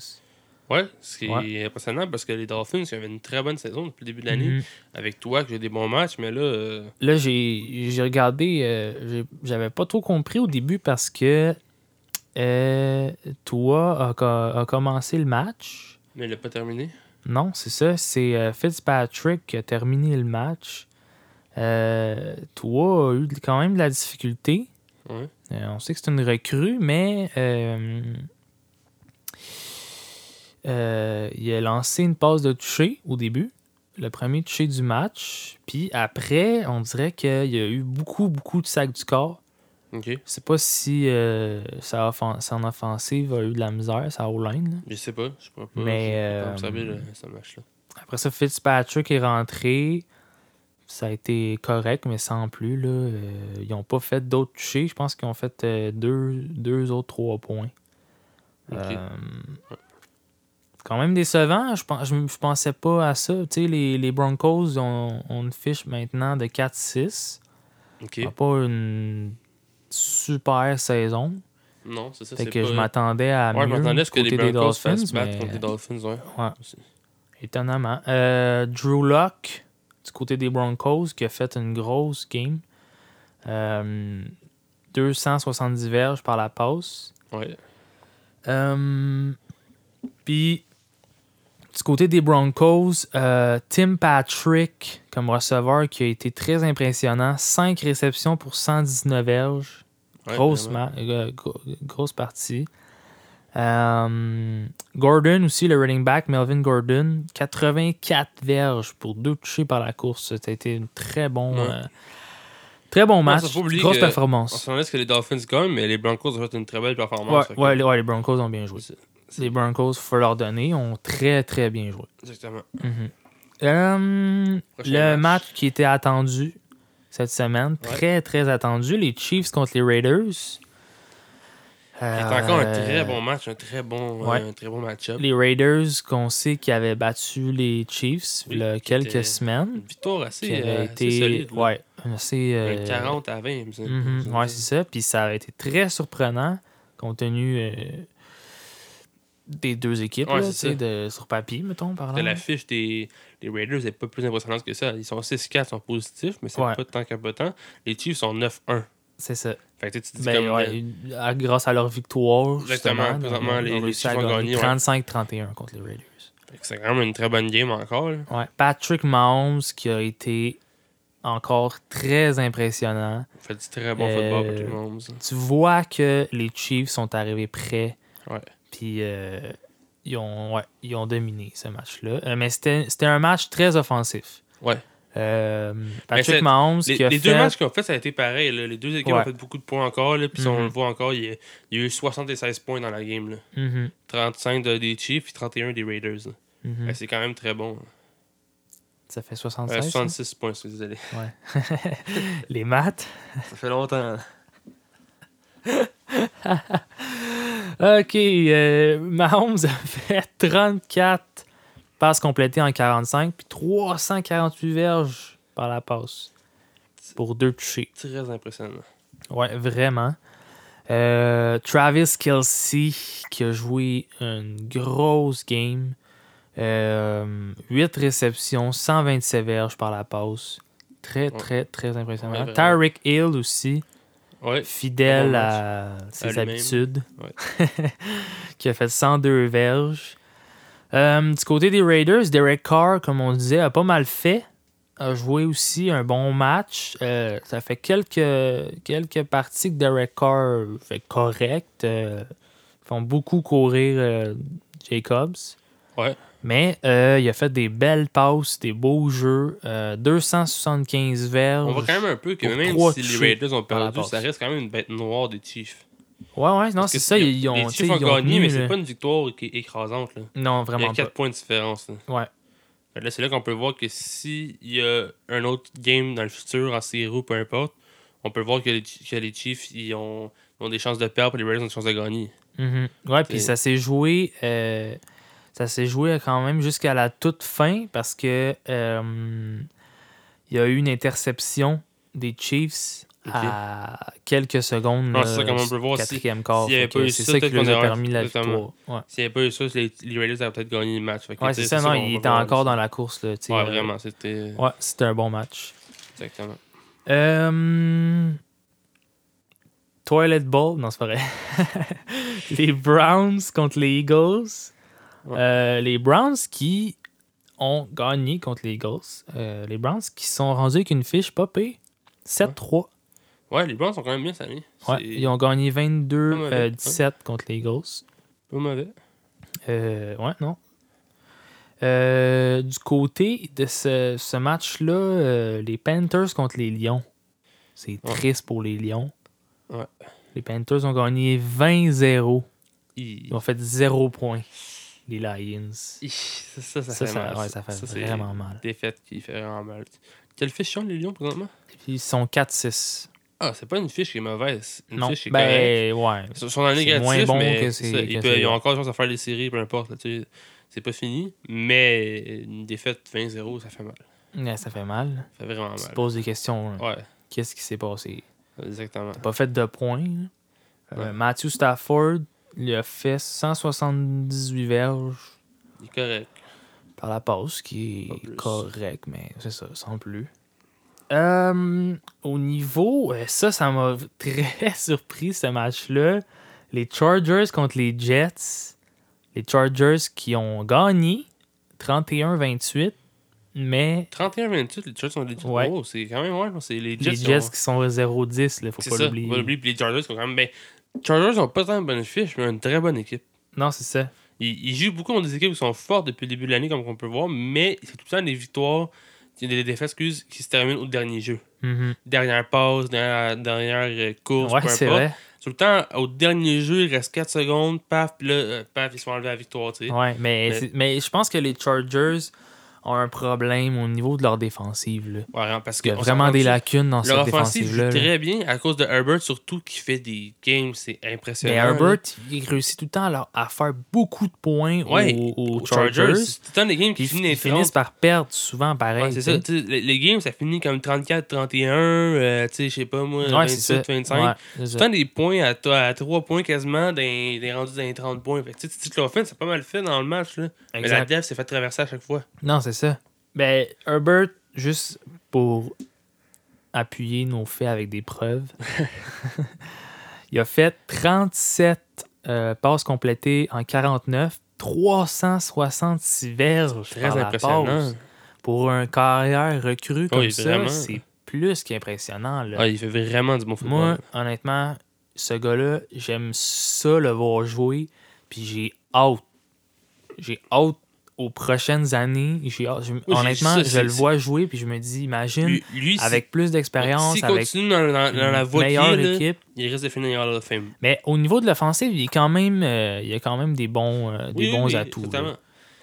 Speaker 2: Ouais, ce qui
Speaker 1: Ouais.
Speaker 2: est impressionnant parce que les Dolphins, ils avaient une très bonne saison depuis le début de l'année.
Speaker 1: Mhm.
Speaker 2: Avec toi, que j'ai des bons matchs, mais là, euh,
Speaker 1: Là, j'ai j'ai regardé, euh, j'ai- j'avais pas trop compris au début parce que euh, toi a, co- a commencé le match.
Speaker 2: mais il n'a pas terminé.
Speaker 1: Non, c'est ça. C'est euh, Fitzpatrick qui a terminé le match. Euh, toi, a eu de- quand même de la difficulté.
Speaker 2: Ouais.
Speaker 1: Euh, on sait que c'est une recrue, mais euh, euh, il a lancé une passe de toucher au début, le premier toucher du match. Puis après, on dirait qu'il y a eu beaucoup, beaucoup de sacs du corps.
Speaker 2: Ok.
Speaker 1: Je sais pas si euh, sa offen- son offensive a eu de la misère, sa O-line. là.
Speaker 2: Je sais pas, je pourrais pas.
Speaker 1: Mais,
Speaker 2: j'ai pas
Speaker 1: euh,
Speaker 2: observé le- ce match-là.
Speaker 1: Après ça, Fitzpatrick est rentré. Ça a été correct, mais sans plus. Là, Euh, ils n'ont pas fait d'autres touchés. Je pense qu'ils ont fait euh, deux, deux autres trois points.
Speaker 2: Ok.
Speaker 1: Euh, quand même décevant. Je, pense, je, je pensais pas à ça. Tu sais, les, les Broncos ont, ont une fiche maintenant de 4-6.
Speaker 2: Ok.
Speaker 1: Ils n'ont Pas une super saison.
Speaker 2: Non, c'est ça.
Speaker 1: Fait
Speaker 2: c'est
Speaker 1: que
Speaker 2: pas...
Speaker 1: je m'attendais à
Speaker 2: Ouais, je
Speaker 1: mieux
Speaker 2: m'attendais à ce
Speaker 1: du
Speaker 2: que les
Speaker 1: côté des
Speaker 2: Broncos
Speaker 1: Dolphins,
Speaker 2: fassent battre
Speaker 1: mais-
Speaker 2: contre les Dolphins, ouais.
Speaker 1: Ouais. Étonnamment. Euh, Drew Locke, du côté des Broncos, qui a fait une grosse game. Euh, 270 verges par la passe.
Speaker 2: Ouais.
Speaker 1: Euh, Puis, du côté des Broncos, euh, Tim Patrick, comme receveur, qui a été très impressionnant. 5 réceptions pour 119 verges.
Speaker 2: Ouais,
Speaker 1: Grosse,
Speaker 2: vraiment.
Speaker 1: ma- euh, gro- grosse partie. Euh, Gordon aussi, le running back, Melvin Gordon, 84 verges pour deux touchés par la course. C'était un très bon,
Speaker 2: Ouais.
Speaker 1: euh, très bon match.
Speaker 2: ça, faut oublier
Speaker 1: grosse
Speaker 2: que- On
Speaker 1: performance.
Speaker 2: s'attendait à ce que les Dolphins gagnent, mais les Broncos ont fait une très belle performance.
Speaker 1: Ouais,
Speaker 2: fait que-
Speaker 1: ouais, les- ouais, les Broncos ont bien joué.
Speaker 2: C'est-
Speaker 1: Les Broncos, faut leur donner, ont très très bien joué.
Speaker 2: Exactement.
Speaker 1: Mhm. Euh,
Speaker 2: Prochain
Speaker 1: le
Speaker 2: match.
Speaker 1: match qui était attendu cette semaine, très très attendu, les Chiefs contre les Raiders.
Speaker 2: C'est
Speaker 1: Euh,
Speaker 2: encore un très bon match, un très bon, euh,
Speaker 1: ouais.
Speaker 2: un très bon match-up.
Speaker 1: les Raiders qu'on sait qui avaient battu les Chiefs
Speaker 2: Oui,
Speaker 1: il y a
Speaker 2: qui
Speaker 1: quelques
Speaker 2: était-
Speaker 1: semaines,
Speaker 2: Une victoire
Speaker 1: qui
Speaker 2: assez,
Speaker 1: avait
Speaker 2: euh, assez
Speaker 1: été
Speaker 2: solide. là.
Speaker 1: ouais, assez
Speaker 2: Un
Speaker 1: euh,
Speaker 2: 40 à 20. il me semble.
Speaker 1: mhm, ouais, c'est ça, puis ça avait été très surprenant compte tenu euh, des deux équipes
Speaker 2: Ouais,
Speaker 1: là,
Speaker 2: c'est
Speaker 1: tu sais,
Speaker 2: ça.
Speaker 1: de sur papier mettons par
Speaker 2: De
Speaker 1: là.
Speaker 2: La fiche des, des Raiders n'est pas plus impressionnante que ça. Ils sont 6-4, ils sont positifs, mais c'est
Speaker 1: Ouais.
Speaker 2: pas tant qu'impotant. Les Chiefs sont 9-1.
Speaker 1: C'est ça.
Speaker 2: Fait que tu sais, tu dis
Speaker 1: Ben,
Speaker 2: comme,
Speaker 1: ouais,
Speaker 2: euh,
Speaker 1: une- à- grâce à leur victoire,
Speaker 2: Exactement,
Speaker 1: justement,
Speaker 2: présentement,
Speaker 1: on a
Speaker 2: les-
Speaker 1: réussi
Speaker 2: les Chiefs
Speaker 1: à
Speaker 2: ont
Speaker 1: gagner
Speaker 2: gagné, ouais.
Speaker 1: 35-31 contre les Raiders.
Speaker 2: fait que c'est quand même une très bonne game encore. là.
Speaker 1: Ouais. Patrick Mahomes qui a été encore très impressionnant.
Speaker 2: Fait du très bon football pour
Speaker 1: Euh,
Speaker 2: tout le monde. ça.
Speaker 1: tu vois que les Chiefs sont arrivés prêts.
Speaker 2: Ouais.
Speaker 1: Puis euh, ils, ont, ouais, ils ont dominé ce match-là. Euh, mais c'était c'était un match très offensif.
Speaker 2: Ouais.
Speaker 1: Euh,
Speaker 2: c'est-
Speaker 1: Patrick Mahomes
Speaker 2: Les,
Speaker 1: qui a
Speaker 2: les
Speaker 1: fait...
Speaker 2: deux matchs qu'on fait, ça a été pareil. là. Les deux équipes
Speaker 1: Ouais.
Speaker 2: ont fait beaucoup de points encore. là, Puis si on
Speaker 1: Mhm.
Speaker 2: le voit encore, il y, a, il y a eu 76 points dans la game. là.
Speaker 1: Mhm,
Speaker 2: 35 de- des Chiefs et 31 des Raiders. là.
Speaker 1: mhm.
Speaker 2: Ben, c'est quand même très bon.
Speaker 1: Ça fait
Speaker 2: Euh,
Speaker 1: 76. ça?
Speaker 2: 66 points, excusez désolé.
Speaker 1: Les maths.
Speaker 2: Ça fait longtemps.
Speaker 1: OK. euh, Mahomes a fait 34 passes complétées en 45, puis 348 verges par la passe pour deux touchés.
Speaker 2: Très impressionnant.
Speaker 1: Ouais, vraiment. Euh, Travis Kelsey qui a joué une grosse game. 8 réceptions, 127 verges par la passe. Très,
Speaker 2: Ouais.
Speaker 1: très, très impressionnant.
Speaker 2: Ouais, vraiment.
Speaker 1: Tyreek Hill aussi,
Speaker 2: Ouais.
Speaker 1: fidèle
Speaker 2: Bon
Speaker 1: à
Speaker 2: À
Speaker 1: ses
Speaker 2: lui-même.
Speaker 1: habitudes, qui a fait 102 verges. Euh, du côté des Raiders, Derek Carr, comme on disait, a pas mal fait. A joué aussi un bon match. Euh, ça fait quelques, quelques parties que Derek Carr fait correct. Euh, ils font beaucoup courir euh, Jacobs.
Speaker 2: Ouais.
Speaker 1: Mais euh, il a fait des belles passes, des beaux jeux. Euh, 275 verges.
Speaker 2: On voit quand même un peu que
Speaker 1: Pour
Speaker 2: même
Speaker 1: trois
Speaker 2: si les
Speaker 1: touchés
Speaker 2: Raiders ont
Speaker 1: par la
Speaker 2: perdu,
Speaker 1: passe.
Speaker 2: ça reste quand même une bête noire des Chiefs.
Speaker 1: Ouais, ouais, non,
Speaker 2: Parce
Speaker 1: c'est
Speaker 2: que
Speaker 1: ça.
Speaker 2: les-
Speaker 1: Ils, ils ont,
Speaker 2: les
Speaker 1: tu
Speaker 2: Chiefs
Speaker 1: sais,
Speaker 2: ont
Speaker 1: ils ont
Speaker 2: gagné,
Speaker 1: tenu,
Speaker 2: mais
Speaker 1: là.
Speaker 2: c'est pas une victoire qui est écrasante. Là.
Speaker 1: Non,
Speaker 2: Il y a
Speaker 1: vraiment
Speaker 2: 4 points de différence. là.
Speaker 1: pas. Ouais.
Speaker 2: Fait Là, c'est là qu'on peut voir que s'il y a un autre game dans le futur, en série ou peu importe, on peut voir que les, que les Chiefs ils ont, ils ont des chances de perdre et les Raiders ont des chances de gagner.
Speaker 1: Mhm. Ouais,
Speaker 2: C'est-
Speaker 1: puis ça s'est joué. euh, ça s'est joué euh, quand même jusqu'à la toute fin parce que euh, il y a eu une interception des Chiefs
Speaker 2: Ok.
Speaker 1: à quelques secondes.
Speaker 2: Non, c'est ça,
Speaker 1: euh,
Speaker 2: comme on peut voir, si-
Speaker 1: Quatrième quart.
Speaker 2: s'il y avait
Speaker 1: fait
Speaker 2: pas
Speaker 1: que
Speaker 2: eu
Speaker 1: C'est
Speaker 2: ça,
Speaker 1: ça qui
Speaker 2: peut-être
Speaker 1: leur
Speaker 2: qu'on
Speaker 1: a
Speaker 2: aurait-
Speaker 1: permis la
Speaker 2: exactement.
Speaker 1: victoire. Ouais,
Speaker 2: S'il n'y avait pas eu ça, les, les Raiders avaient peut-être gagné le match. Fait que,
Speaker 1: Ouais,
Speaker 2: tu
Speaker 1: c'est
Speaker 2: sais,
Speaker 1: ça. Non,
Speaker 2: qu'on
Speaker 1: il
Speaker 2: va
Speaker 1: était
Speaker 2: voir,
Speaker 1: encore
Speaker 2: là.
Speaker 1: dans la course. Là, tu sais,
Speaker 2: Ouais,
Speaker 1: euh,
Speaker 2: vraiment, c'était.
Speaker 1: Ouais, c'était un bon match.
Speaker 2: Exactement.
Speaker 1: Euh, Toilet Bowl, non, c'est pas vrai. les Browns contre les Eagles.
Speaker 2: Ouais.
Speaker 1: Euh, les Browns qui ont gagné contre les Eagles. Euh, les Browns qui sont rendus avec une fiche pas pire. 7-3.
Speaker 2: Ouais, les Browns sont quand même bien cette année.
Speaker 1: Ouais,
Speaker 2: C'est
Speaker 1: Ils ont gagné 22-17
Speaker 2: mauvais, ouais.
Speaker 1: contre les Eagles.
Speaker 2: Pas mauvais.
Speaker 1: Euh, ouais, non. Euh, du côté de ce, ce match-là, euh, les Panthers contre les Lions. C'est
Speaker 2: Ouais.
Speaker 1: triste pour les Lions.
Speaker 2: Ouais.
Speaker 1: Les Panthers ont gagné 20-0.
Speaker 2: Hi.
Speaker 1: Ils ont fait 0 points. Les Lions.
Speaker 2: Hi. Ça, ça, ça
Speaker 1: Ça,
Speaker 2: fait
Speaker 1: ça-
Speaker 2: mal.
Speaker 1: ouais, ça fait
Speaker 2: c'est
Speaker 1: vraiment mal.
Speaker 2: Défaite qui fait vraiment mal. Quelle fiche sont les Lions présentement
Speaker 1: Ils sont 4-6.
Speaker 2: Ah, c'est pas une fiche qui est mauvaise. Une
Speaker 1: Non,
Speaker 2: fiche qui est correcte.
Speaker 1: ben, ouais.
Speaker 2: Ils sont en
Speaker 1: C'est
Speaker 2: négatif,
Speaker 1: moins bon
Speaker 2: mais
Speaker 1: que c'est-
Speaker 2: c'est ça, ils,
Speaker 1: que
Speaker 2: peuvent-
Speaker 1: c'est-
Speaker 2: ils ont encore chance à faire les séries, peu importe. là, tu sais, c'est pas fini, mais une défaite 20-0, ça fait mal.
Speaker 1: Ouais, ça fait mal.
Speaker 2: Ça fait vraiment
Speaker 1: Tu te
Speaker 2: mal.
Speaker 1: poses des questions. là.
Speaker 2: Ouais,
Speaker 1: Qu'est-ce qui s'est passé?
Speaker 2: exactement.
Speaker 1: T'as pas fait de points. là. Euh,
Speaker 2: Ouais.
Speaker 1: Matthew Stafford, il a fait 178 verges.
Speaker 2: Il est correct.
Speaker 1: Par la passe, qui
Speaker 2: Pas plus.
Speaker 1: est correct, mais c'est ça, sans plus. Euh, au niveau, euh, ça, ça m'a très surpris ce match-là. Les Chargers contre les Jets. Les Chargers qui ont gagné 31-28, mais
Speaker 2: 31-28, les Jets sont les
Speaker 1: Ouais.
Speaker 2: Oh, c'est quand même, ouais, c'est les Jets.
Speaker 1: les
Speaker 2: qui
Speaker 1: Jets
Speaker 2: ont-
Speaker 1: qui sont à 0-10, là, faut
Speaker 2: C'est
Speaker 1: pas
Speaker 2: ça, faut pas
Speaker 1: l'oublier.
Speaker 2: l'oublier. Puis les Chargers sont quand même. Ben, Chargers ont pas tant de bonnes fiches, mais une très bonne équipe.
Speaker 1: Non, c'est ça.
Speaker 2: Ils, ils jouent beaucoup contre des équipes qui sont fortes depuis le début de l'année, comme on peut voir, mais c'est tout le temps des victoires, des défaites, excuse, qui se terminent au dernier jeu.
Speaker 1: Mhm.
Speaker 2: Dernière passe, dernière, dernière euh, course,
Speaker 1: Ouais,
Speaker 2: peu
Speaker 1: c'est
Speaker 2: importe.
Speaker 1: vrai.
Speaker 2: Tout le temps, au dernier jeu, il reste 4 secondes, paf, puis là, euh, paf, ils se font enlever la victoire, tu sais.
Speaker 1: Ouais, mais,
Speaker 2: Mais-
Speaker 1: c'est- mais je pense que les Chargers ont un problème au niveau de leur défensive. là.
Speaker 2: Ouais, hein, parce que
Speaker 1: Il y a
Speaker 2: on
Speaker 1: vraiment
Speaker 2: s'entend
Speaker 1: des
Speaker 2: que
Speaker 1: lacunes dans
Speaker 2: Leur
Speaker 1: cette
Speaker 2: offensive joue
Speaker 1: défensive-là. là.
Speaker 2: très bien à cause de Herbert, surtout, qui fait des games, c'est
Speaker 1: Mais
Speaker 2: impressionnant.
Speaker 1: Herbert, il réussit tout le temps à, leur- à faire beaucoup de points aux-
Speaker 2: Ouais,
Speaker 1: aux,
Speaker 2: là. Aux
Speaker 1: Chargers.
Speaker 2: Chargers, c'est tout le temps des games
Speaker 1: Puis
Speaker 2: qui
Speaker 1: ils,
Speaker 2: finissent les
Speaker 1: finissent
Speaker 2: 30.
Speaker 1: par perdre souvent pareil.
Speaker 2: Ouais, c'est ça.
Speaker 1: tu sais.
Speaker 2: tu sais, Les, les games, ça finit comme 34-31, euh, tu sais, je sais pas moi,
Speaker 1: Ouais, c'est
Speaker 2: 27,
Speaker 1: ça.
Speaker 2: 25.
Speaker 1: Ouais, c'est
Speaker 2: Tout
Speaker 1: ça.
Speaker 2: le temps des points à, to- à 3 points quasiment, des, des rendus dans les 30 points. Fait que tu sais, tu l'offense, c'est pas mal fait dans le match, là. Mais la
Speaker 1: Exact.
Speaker 2: def s'est fait traverser à chaque fois.
Speaker 1: Non, c'est ça. Ben, Herbert, juste pour appuyer nos faits avec des preuves, il a fait 37 euh, passes complétées en 49, 366 verges
Speaker 2: Très
Speaker 1: par la
Speaker 2: impressionnant.
Speaker 1: passe. Pour un carrière recru comme
Speaker 2: Oui,
Speaker 1: ça,
Speaker 2: vraiment.
Speaker 1: c'est plus qu'impressionnant. là.
Speaker 2: Ah, il fait vraiment du bon football.
Speaker 1: Moi, honnêtement, ce gars-là, j'aime ça le voir jouer. Puis j'ai hâte. J'ai hâte aux prochaines années, j'ai- j'ai-
Speaker 2: c'est
Speaker 1: honnêtement,
Speaker 2: ça,
Speaker 1: je
Speaker 2: c'est-
Speaker 1: le vois jouer, puis je me dis, imagine,
Speaker 2: Lui, lui, si-
Speaker 1: avec plus d'expérience,
Speaker 2: s'il
Speaker 1: avec
Speaker 2: continue dans, dans- dans la
Speaker 1: une
Speaker 2: voie qu'il
Speaker 1: meilleure
Speaker 2: est, là,
Speaker 1: équipe.
Speaker 2: il risque de finir en Hall of Fame.
Speaker 1: Mais au niveau de l'offensive, il, est quand même, euh, il y a quand même des bons, euh, des
Speaker 2: Oui,
Speaker 1: bons
Speaker 2: oui,
Speaker 1: atouts.
Speaker 2: totalement.
Speaker 1: là,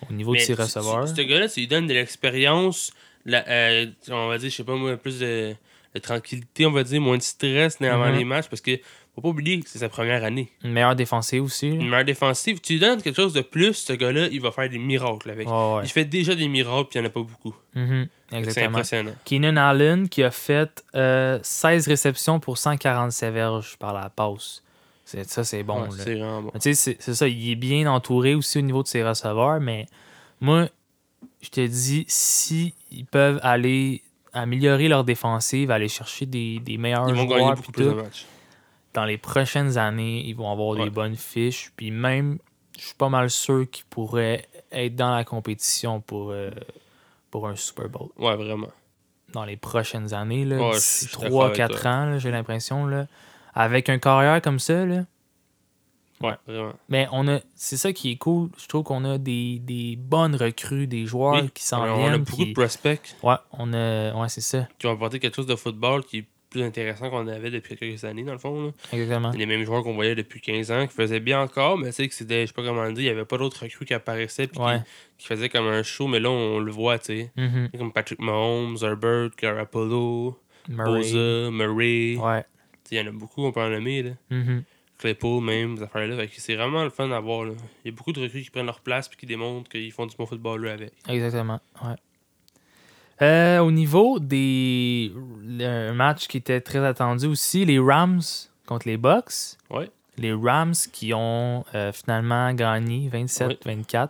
Speaker 1: au niveau
Speaker 2: Mais
Speaker 1: de ses
Speaker 2: tu- tu-
Speaker 1: receveurs.
Speaker 2: Ce gars-là, tu lui donnes de l'expérience, la- euh, on va dire, je sais pas moi, plus de, de tranquillité, on va dire, moins de stress avant
Speaker 1: Mhm.
Speaker 2: les matchs, parce que faut pas oublier que c'est sa première année.
Speaker 1: Une meilleure défensive aussi. là.
Speaker 2: Une meilleure défensive, tu lui donnes quelque chose de plus, ce gars-là, il va faire des miracles avec.
Speaker 1: Ouais, ouais.
Speaker 2: Il fait déjà des miracles, puis il n'y en a pas beaucoup.
Speaker 1: Mhm,
Speaker 2: C'est
Speaker 1: Exactement.
Speaker 2: impressionnant.
Speaker 1: Keenan Allen qui a fait euh, 16 réceptions pour 147 verges par la passe. C'est- Ça, c'est bon.
Speaker 2: Ouais,
Speaker 1: là.
Speaker 2: c'est vraiment bon.
Speaker 1: Mais tu sais, c'est c'est ça, il est bien entouré aussi au niveau de ses receveurs, mais moi, je te dis, si ils peuvent aller améliorer leur défensive, aller chercher des, des meilleurs
Speaker 2: Ils vont gagner
Speaker 1: joueurs,
Speaker 2: beaucoup
Speaker 1: puis
Speaker 2: plus de
Speaker 1: tout,
Speaker 2: matchs.
Speaker 1: dans les prochaines années, ils vont avoir
Speaker 2: Ouais.
Speaker 1: des bonnes fiches, puis même, je suis pas mal sûr qu'ils pourraient être dans la compétition pour, euh, pour un Super Bowl
Speaker 2: Ouais, vraiment.
Speaker 1: dans les prochaines années, là,
Speaker 2: Ouais,
Speaker 1: d'ici
Speaker 2: je suis d'accord avec
Speaker 1: 3-4 ans, là, j'ai l'impression, là, avec un carrière comme ça, là,
Speaker 2: Ouais, vraiment.
Speaker 1: Mais on a, c'est ça qui est cool. Je trouve qu'on a des, des bonnes recrues, des joueurs
Speaker 2: Oui,
Speaker 1: qui s'en
Speaker 2: Alors, on a
Speaker 1: viennent.
Speaker 2: beaucoup
Speaker 1: puis-
Speaker 2: de prospects
Speaker 1: Ouais, on a, ouais, c'est ça,
Speaker 2: qui ont apporté quelque chose de football qui est plus intéressant qu'on avait depuis quelques années, dans le fond. là.
Speaker 1: exactement.
Speaker 2: C'est les mêmes joueurs qu'on voyait depuis 15 ans, qui faisaient bien encore, mais tu sais, que c'était, je sais pas comment le dire, il n'y avait pas d'autres recrues qui apparaissaient, puis qui-
Speaker 1: Ouais.
Speaker 2: qui, faisaient comme un show, mais là, on le voit, tu sais.
Speaker 1: Mhm.
Speaker 2: Comme Patrick Mahomes, Herbert, Carapolo,
Speaker 1: Murray.
Speaker 2: Boza, Murray.
Speaker 1: Ouais.
Speaker 2: Tu sais, Il y en a beaucoup, on peut en nommer, là.
Speaker 1: Mhm.
Speaker 2: Claypool, même, ces affaires-là. Fait que C'est vraiment le fun à voir, là. Il y a beaucoup de recrues qui prennent leur place, puis qui démontrent qu'ils font du bon football, là, avec.
Speaker 1: Exactement. Ouais. Euh, au niveau des. Un match qui était très attendu aussi, les Rams contre les Bucks.
Speaker 2: Ouais.
Speaker 1: Les Rams qui ont euh, finalement gagné 27-24.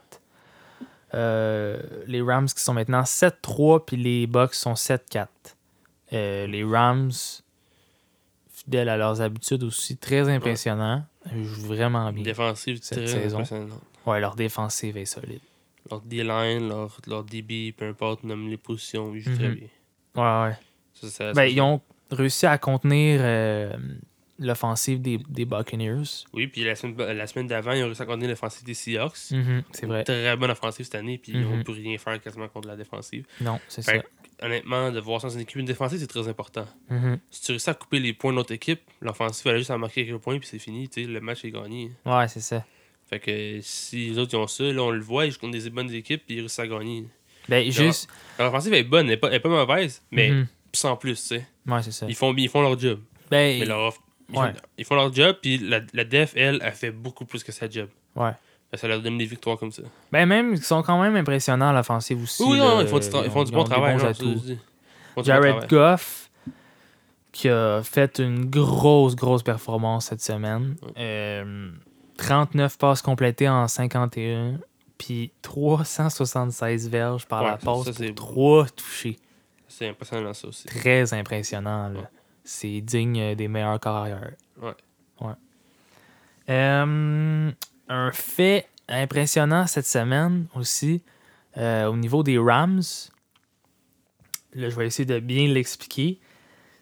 Speaker 1: Euh, les Rams qui sont maintenant 7-3, puis les Bucks sont 7-4. Euh, les Rams, fidèles à leurs habitudes aussi, très impressionnants. Ils jouent vraiment
Speaker 2: Une
Speaker 1: bien.
Speaker 2: défensive
Speaker 1: Cette
Speaker 2: très
Speaker 1: saison.
Speaker 2: impressionnante.
Speaker 1: Ouais, leur défensive est solide.
Speaker 2: Leur D-line, leur, leur DB, peu importe, nomme les positions, ils jouent très
Speaker 1: Mhm.
Speaker 2: bien.
Speaker 1: Ouais, ouais.
Speaker 2: Ça, ça-
Speaker 1: Ben,
Speaker 2: ça-
Speaker 1: ils ont réussi à contenir euh, l'offensive des, des Buccaneers.
Speaker 2: Oui, puis la semaine, la semaine d'avant, ils ont réussi à contenir l'offensive des Seahawks.
Speaker 1: Mm, C'est vrai.
Speaker 2: Très bonne offensive cette année, puis ils
Speaker 1: Mhm.
Speaker 2: n'ont pu rien faire quasiment contre la défensive.
Speaker 1: Non, c'est ça.
Speaker 2: Fait que, honnêtement, de voir ça dans une équipe défensive, c'est très important.
Speaker 1: Mhm.
Speaker 2: Si tu réussis à couper les points de l'autre équipe, l'offensive, elle a juste à marquer quelques points, puis c'est fini, tu sais, le match est gagné.
Speaker 1: Ouais, c'est ça.
Speaker 2: Fait que si les autres ils ont ça, là, on le voit, ils jouent contre des bonnes équipes, puis ils réussissent à gagner.
Speaker 1: Ben, juste.
Speaker 2: L'offensive est bonne, elle n'est pas, elle est pas mauvaise, mais
Speaker 1: Mhm.
Speaker 2: sans plus, tu sais.
Speaker 1: Ouais, c'est ça.
Speaker 2: Ils font, bien- ils font leur job.
Speaker 1: Ben,
Speaker 2: Mais leur off- ils,
Speaker 1: Ouais.
Speaker 2: font, ils font leur job, puis la, la def, elle, elle fait beaucoup plus que sa job.
Speaker 1: ouais.
Speaker 2: Ça leur donne des victoires comme ça.
Speaker 1: Ben, même, ils sont quand même impressionnants à l'offensive aussi.
Speaker 2: Oui,
Speaker 1: là.
Speaker 2: non, ils font du, tra- ils font du
Speaker 1: ont
Speaker 2: bon
Speaker 1: des
Speaker 2: travail.
Speaker 1: bons
Speaker 2: non, ça,
Speaker 1: atouts.
Speaker 2: je dis. Ils font du bon
Speaker 1: Jared
Speaker 2: travail.
Speaker 1: Goff, qui a fait une grosse, grosse performance cette semaine.
Speaker 2: Ouais.
Speaker 1: Euh, 39 passes complétées en 51, puis 376 verges par
Speaker 2: Ouais,
Speaker 1: la
Speaker 2: ça,
Speaker 1: passe
Speaker 2: ça, c'est
Speaker 1: pour 3 touchés.
Speaker 2: C'est impressionnant, ça aussi.
Speaker 1: Très impressionnant. là.
Speaker 2: Ouais.
Speaker 1: C'est digne euh, des meilleurs carrières.
Speaker 2: Ouais.
Speaker 1: Ouais. Euh, un fait impressionnant cette semaine aussi, euh, au niveau des Rams, là, je vais essayer de bien l'expliquer.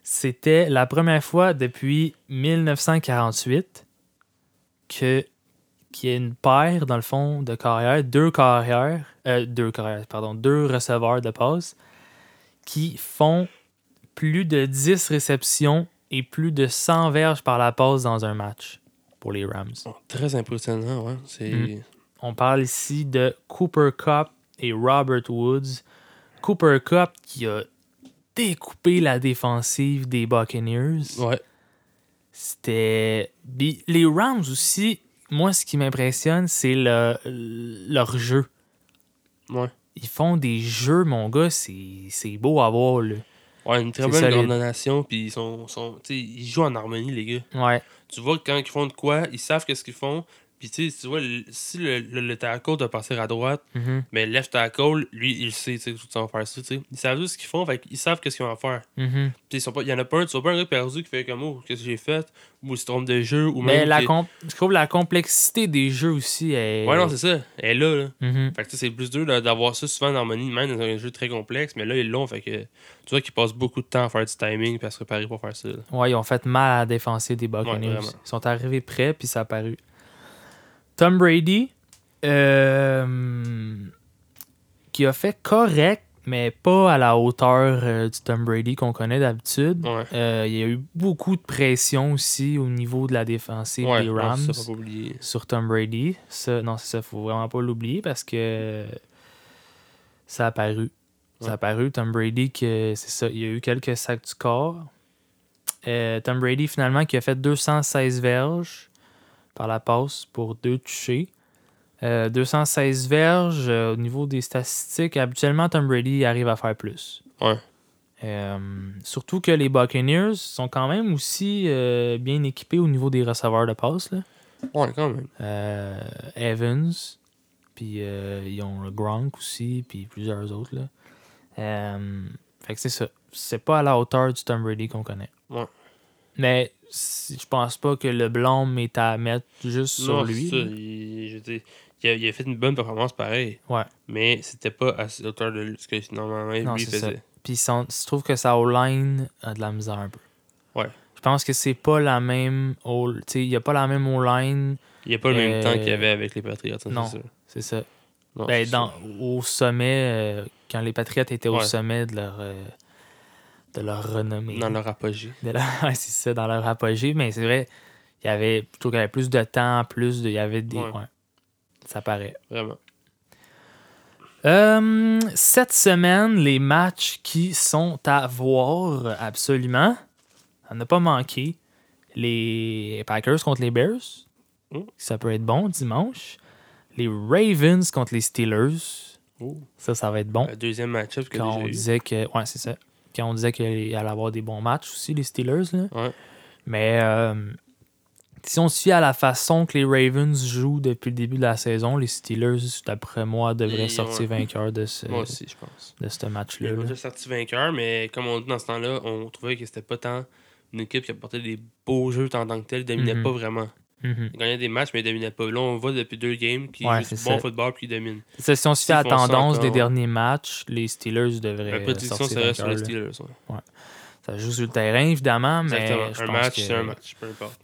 Speaker 1: C'était la première fois depuis 1948 que qu'il y a une paire, dans le fond, de carrières, deux carrières, euh, deux carrières, pardon, deux receveurs de passe qui font plus de 10 réceptions et plus de 100 verges par la passe dans un match pour les Rams.
Speaker 2: Oh, très impressionnant, ouais. C'est
Speaker 1: Mm. On parle ici de Cooper Cup et Robert Woods. Cooper Cup qui a découpé la défensive des Buccaneers.
Speaker 2: ouais.
Speaker 1: C'était. Puis Les Rams aussi, moi, ce qui m'impressionne, c'est le- leur jeu.
Speaker 2: Ouais.
Speaker 1: Ils font des jeux, mon gars, c'est c'est beau à voir. Là.
Speaker 2: Ouais, une très
Speaker 1: C'est
Speaker 2: bonne
Speaker 1: solide.
Speaker 2: coordination, puis ils sont, sont tu sais, ils jouent en harmonie, les gars.
Speaker 1: Ouais.
Speaker 2: Tu vois, quand ils font de quoi, ils savent qu'est-ce qu'ils font. Puis, tu sais, tu vois, le- si le, le, le tackle doit partir à droite,
Speaker 1: Mhm,
Speaker 2: mais le left tackle, lui, il sait, tu sais, tout ça va faire ça, tu sais. Ils savent juste ce qu'ils font, fait qu'ils savent qu'est-ce qu'ils vont en faire.
Speaker 1: mhm.
Speaker 2: Puis, ils sont pas- il y en a pas un, tu vois pas un gars perdu qui fait comme, oh, qu'est-ce que j'ai fait, ou il se trompe de jeu, ou
Speaker 1: Mais
Speaker 2: même.
Speaker 1: la
Speaker 2: qu'il-
Speaker 1: com- je trouve la complexité des jeux aussi est.
Speaker 2: Ouais, non, c'est ça. Elle est là, là.
Speaker 1: Mhm.
Speaker 2: Fait que tu sais, c'est plus dur de- d'avoir ça souvent en harmonie, même dans un jeu très complexe, mais là, ils l'ont, fait que tu vois qu'ils passent beaucoup de temps à faire du timing puis à se préparer pour faire ça. là.
Speaker 1: Ouais, ils ont fait mal à la défensive des Buccaneers.
Speaker 2: Ouais, vraiment.
Speaker 1: ils sont arrivés près, puis ça a paru. Tom Brady, euh, qui a fait correct, mais pas à la hauteur euh, du Tom Brady qu'on connaît d'habitude.
Speaker 2: Ouais.
Speaker 1: Euh, il y a eu beaucoup de pression aussi au niveau de la défensive
Speaker 2: Ouais,
Speaker 1: des
Speaker 2: ouais,
Speaker 1: Rams
Speaker 2: ça, faut pas oublier.
Speaker 1: sur Tom Brady. Ça, non, c'est ça, faut vraiment pas l'oublier parce que ça a paru. Ça a paru. Tom Brady, que c'est ça, il y a eu quelques sacs du corps. Euh, Tom Brady, finalement, qui a fait 216 verges par la passe pour deux touchés. Euh, 216 verges, euh, au niveau des statistiques, habituellement, Tom Brady arrive à faire plus.
Speaker 2: Ouais.
Speaker 1: Euh, surtout que les Buccaneers sont quand même aussi euh, bien équipés au niveau des receveurs de passe. là.
Speaker 2: Ouais, quand même.
Speaker 1: Euh, Evans, puis euh, ils ont le Gronk aussi, puis plusieurs autres. Là. Euh, fait que c'est ça. C'est pas à la hauteur du Tom Brady qu'on connaît.
Speaker 2: Ouais.
Speaker 1: Mais si- je pense pas que le blâme est à mettre juste sur
Speaker 2: Non,
Speaker 1: lui.
Speaker 2: c'est ça, il, je veux dire, il, a, il a fait une bonne performance pareil.
Speaker 1: Ouais.
Speaker 2: Mais c'était pas à la hauteur de ce que normalement
Speaker 1: Non,
Speaker 2: lui
Speaker 1: c'est ça.
Speaker 2: faisait.
Speaker 1: Puis son- je trouve que sa O-line a de la misère un peu.
Speaker 2: Ouais.
Speaker 1: Je pense que c'est pas la même O- tu sais, Il n'y a pas la même O-line,
Speaker 2: Il n'y a pas le
Speaker 1: Euh,
Speaker 2: même temps qu'il y avait avec les Patriots. ça,
Speaker 1: non.
Speaker 2: c'est sûr.
Speaker 1: c'est ça.
Speaker 2: Non,
Speaker 1: Ben,
Speaker 2: c'est
Speaker 1: dans-
Speaker 2: sûr.
Speaker 1: au sommet, euh, quand les Patriotes étaient au
Speaker 2: Ouais.
Speaker 1: sommet de leur, euh, de leur renommée.
Speaker 2: Dans leur apogée.
Speaker 1: De leur- ouais, c'est ça, dans leur apogée. Mais c'est vrai, il y avait, je trouve qu'il y avait plus de temps, plus de. Il y avait des.
Speaker 2: Ouais.
Speaker 1: ouais. ça paraît.
Speaker 2: Vraiment.
Speaker 1: Euh, cette semaine, les matchs qui sont à voir, absolument. On n'a pas manqué. Les Packers contre les Bears.
Speaker 2: Mm.
Speaker 1: Ça peut être bon dimanche. Les Ravens contre les Steelers.
Speaker 2: Oh.
Speaker 1: Ça, ça va être bon.
Speaker 2: Le deuxième match-up que
Speaker 1: quand on
Speaker 2: j'ai eu.
Speaker 1: disait que ouais c'est ça quand on disait qu'il allait avoir des bons matchs aussi les Steelers là.
Speaker 2: Ouais.
Speaker 1: mais euh, si on se fie à la façon que les Ravens jouent depuis le début de la saison les Steelers d'après moi devraient
Speaker 2: Et,
Speaker 1: sortir vainqueurs de ce
Speaker 2: Moi aussi, je pense.
Speaker 1: de ce match là,
Speaker 2: Il a sorti vainqueur, mais comme on dit dans ce temps-là, on trouvait que c'était pas tant une équipe qui apportait des beaux jeux en tant que tel. Il dominait
Speaker 1: Mhm.
Speaker 2: pas vraiment. Il gagnait des matchs, mais il dominait pas. Là, on voit depuis deux games qu'il
Speaker 1: Ouais,
Speaker 2: joue du
Speaker 1: c'est
Speaker 2: bon
Speaker 1: ça.
Speaker 2: football puis il domine.
Speaker 1: si on se fie à la
Speaker 2: S'ils font ça
Speaker 1: tendance des
Speaker 2: encore,
Speaker 1: derniers matchs les Steelers devraient
Speaker 2: Ma prédiction
Speaker 1: sortir
Speaker 2: serait sur
Speaker 1: vainqueurs
Speaker 2: les
Speaker 1: là.
Speaker 2: Steelers. ouais.
Speaker 1: ça joue sur le terrain évidemment mais je
Speaker 2: Exactement. Un
Speaker 1: pense
Speaker 2: match,
Speaker 1: que-
Speaker 2: c'est un match, peu importe.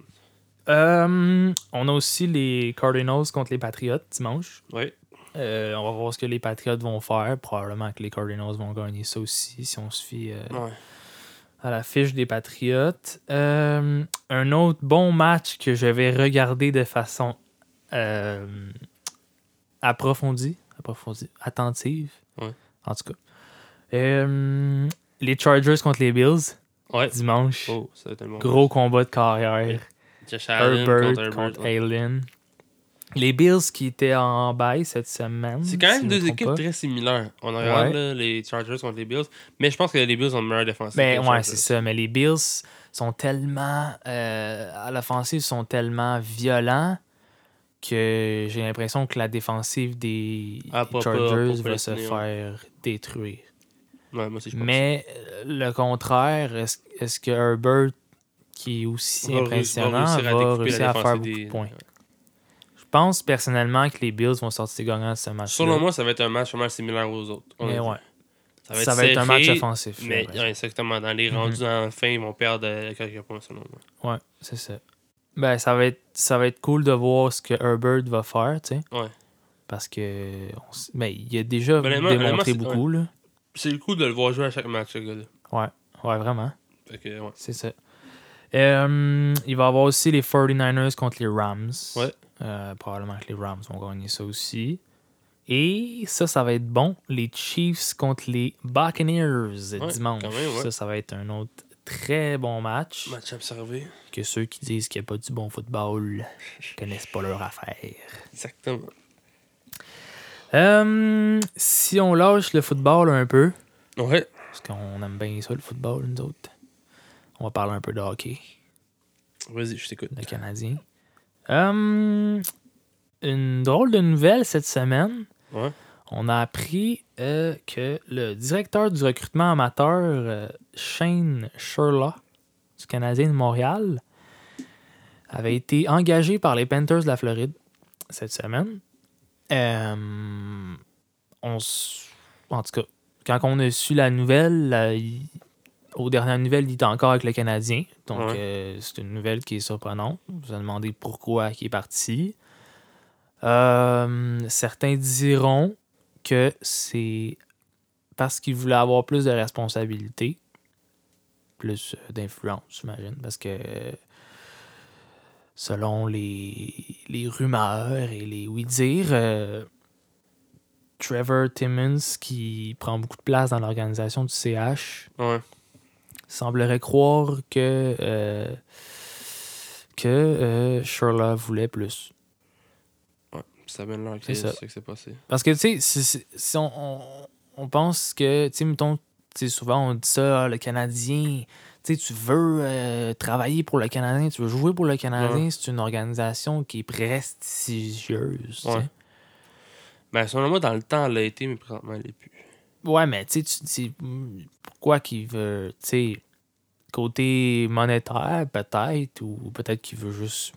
Speaker 1: Euh, on a aussi les Cardinals contre les Patriots dimanche
Speaker 2: Oui.
Speaker 1: Euh, on va voir ce que les Patriots vont faire. Probablement que les Cardinals vont gagner ça aussi si on se fie euh,
Speaker 2: Ouais.
Speaker 1: à la fiche des Patriots. Euh, un autre bon match que je vais regarder de façon euh, approfondie, approfondie, attentive.
Speaker 2: Ouais.
Speaker 1: En tout cas. Euh, les Chargers contre les Bills
Speaker 2: Ouais.
Speaker 1: dimanche.
Speaker 2: Oh, ça va être un bon
Speaker 1: Gros combat de carrière.
Speaker 2: Josh Allen
Speaker 1: Herbert
Speaker 2: contre Herbert,
Speaker 1: contre
Speaker 2: ouais.
Speaker 1: Allen. Les Bills qui étaient en bail cette semaine.
Speaker 2: C'est quand même
Speaker 1: si je me
Speaker 2: deux
Speaker 1: trompe
Speaker 2: équipes
Speaker 1: pas.
Speaker 2: très similaires. On
Speaker 1: Ouais.
Speaker 2: regarde là, les Chargers contre les Bills, mais je pense que les Bills ont le meilleur défensif.
Speaker 1: Mais
Speaker 2: que
Speaker 1: Ben,
Speaker 2: les
Speaker 1: ouais,
Speaker 2: Chargers.
Speaker 1: c'est ça. Mais les Bills sont tellement. euh, à l'offensive, sont tellement violents que j'ai l'impression que la défensive des
Speaker 2: Ah, pas- pas-
Speaker 1: Chargers
Speaker 2: pas- pas
Speaker 1: va
Speaker 2: les
Speaker 1: se
Speaker 2: tenir.
Speaker 1: faire détruire.
Speaker 2: Ouais, moi aussi, je pense.
Speaker 1: Mais euh, le contraire, est-ce est-ce que Herbert, qui est aussi
Speaker 2: Va réussir-
Speaker 1: impressionnant,
Speaker 2: va réussir à
Speaker 1: va
Speaker 2: découper
Speaker 1: réussir
Speaker 2: la
Speaker 1: à faire
Speaker 2: défensive
Speaker 1: beaucoup
Speaker 2: des-
Speaker 1: de points? Je pense personnellement que les Bills vont sortir gagnants de ce match.
Speaker 2: Selon moi, ça va être un match vraiment similaire aux autres. On
Speaker 1: Mais
Speaker 2: a dit.
Speaker 1: ouais.
Speaker 2: Ça
Speaker 1: ça
Speaker 2: va
Speaker 1: va
Speaker 2: être,
Speaker 1: être, un match
Speaker 2: serré,
Speaker 1: offensif. Mhm. j'ai
Speaker 2: Mais
Speaker 1: l'impression.
Speaker 2: ouais, exactement, dans les rendus en fin, ils vont perdre euh, quelques points selon moi.
Speaker 1: Ouais, c'est ça. Ben, ça va être, ça va être cool de voir ce que Herbert va faire, tu sais.
Speaker 2: Ouais.
Speaker 1: Parce que. on s- ben, il a déjà
Speaker 2: Honnêtement-
Speaker 1: démontré
Speaker 2: honnêtement,
Speaker 1: beaucoup, là.
Speaker 2: C'est le coup de le voir jouer à chaque match, ce gars-là.
Speaker 1: Ouais, vraiment.
Speaker 2: Fait que, ouais.
Speaker 1: C'est ça. Euh, il va y avoir aussi les 49ers contre les Rams.
Speaker 2: Ouais.
Speaker 1: Euh, probablement que les Rams vont gagner ça aussi. Et ça, ça va être bon. Les Chiefs contre les Buccaneers
Speaker 2: Ouais,
Speaker 1: dimanche.
Speaker 2: quand même, ouais. Ben,
Speaker 1: Ça, ça va être un autre très bon match.
Speaker 2: Match observé.
Speaker 1: Que ceux qui disent qu'il n'y a pas du bon football connaissent pas leur affaire.
Speaker 2: Exactement.
Speaker 1: Euh, si on lâche le football un peu,
Speaker 2: Ouais.
Speaker 1: parce qu'on aime bien ça, le football, nous autres, on va parler un peu de hockey,
Speaker 2: Vas-y, je t'écoute.
Speaker 1: le Canadien. Euh, une drôle de nouvelle cette semaine.
Speaker 2: Ouais.
Speaker 1: On a appris euh, que le directeur du recrutement amateur, euh, Shane Sherlock, du Canadien de Montréal, avait été engagé par les Panthers de la Floride cette semaine. Euh, on s- en tout cas, quand on a su la nouvelle, la- il- aux dernières nouvelles, il était encore avec le Canadien. Donc,
Speaker 2: Ouais.
Speaker 1: euh, c'est une nouvelle qui est surprenante. Vous a demandé pourquoi il est parti. Euh, certains diront que c'est parce qu'il voulait avoir plus de responsabilités, plus euh, d'influence, j'imagine, parce que euh, selon les, les rumeurs et les oui-dire, euh, Trevor Timmons, qui prend beaucoup de place dans l'organisation du CH,
Speaker 2: Ouais.
Speaker 1: semblerait croire que, euh, que euh, Sherlock voulait plus.
Speaker 2: ouais. Ça mène l'air que
Speaker 1: C'est
Speaker 2: c'est
Speaker 1: ça.
Speaker 2: ça qui s'est passé.
Speaker 1: Parce que, tu sais, si, si- si on, on- on pense que, tu sais, mettons, tu sais, souvent on dit ça, Ah, le Canadien, tu sais, tu veux euh, travailler pour le Canadien, tu veux jouer pour le Canadien, c'est une organisation qui est prestigieuse. tu sais.
Speaker 2: Ouais. Mais Ben, selon moi, dans le temps, elle l'a été, mais présentement, elle l'est plus.
Speaker 1: Ouais, mais tu sais, tu te dis, Hmm, pourquoi qu'il veut, tu sais, côté monétaire, peut-être, ou peut-être qu'il veut juste.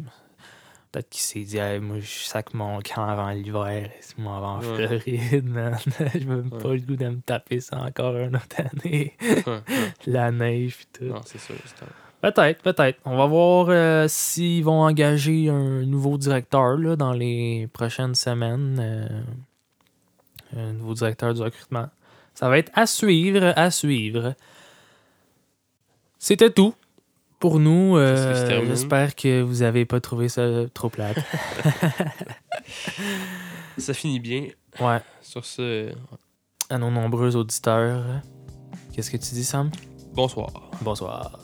Speaker 1: Peut-être qu'il s'est dit, Hey, moi, je sac mon camp avant l'hiver, moi avant
Speaker 2: Ouais.
Speaker 1: Floride, man. je veux pas le goût de me taper ça encore une autre année.
Speaker 2: Ouais, ouais.
Speaker 1: La neige, pis tout.
Speaker 2: non, c'est sûr. c'est un-
Speaker 1: Peut-être, peut-être. On va voir euh, s'ils vont engager un nouveau directeur là, dans les prochaines semaines. euh, un nouveau directeur du recrutement. Ça va être à suivre, à suivre. C'était tout pour nous.
Speaker 2: Ça se
Speaker 1: euh,
Speaker 2: termine.
Speaker 1: J'espère que vous avez pas trouvé ça trop plate.
Speaker 2: Ça finit bien.
Speaker 1: ouais,
Speaker 2: Sur ce, euh,
Speaker 1: à nos nombreux auditeurs. Qu'est-ce que tu dis, Sam?
Speaker 2: bonsoir.
Speaker 1: Bonsoir.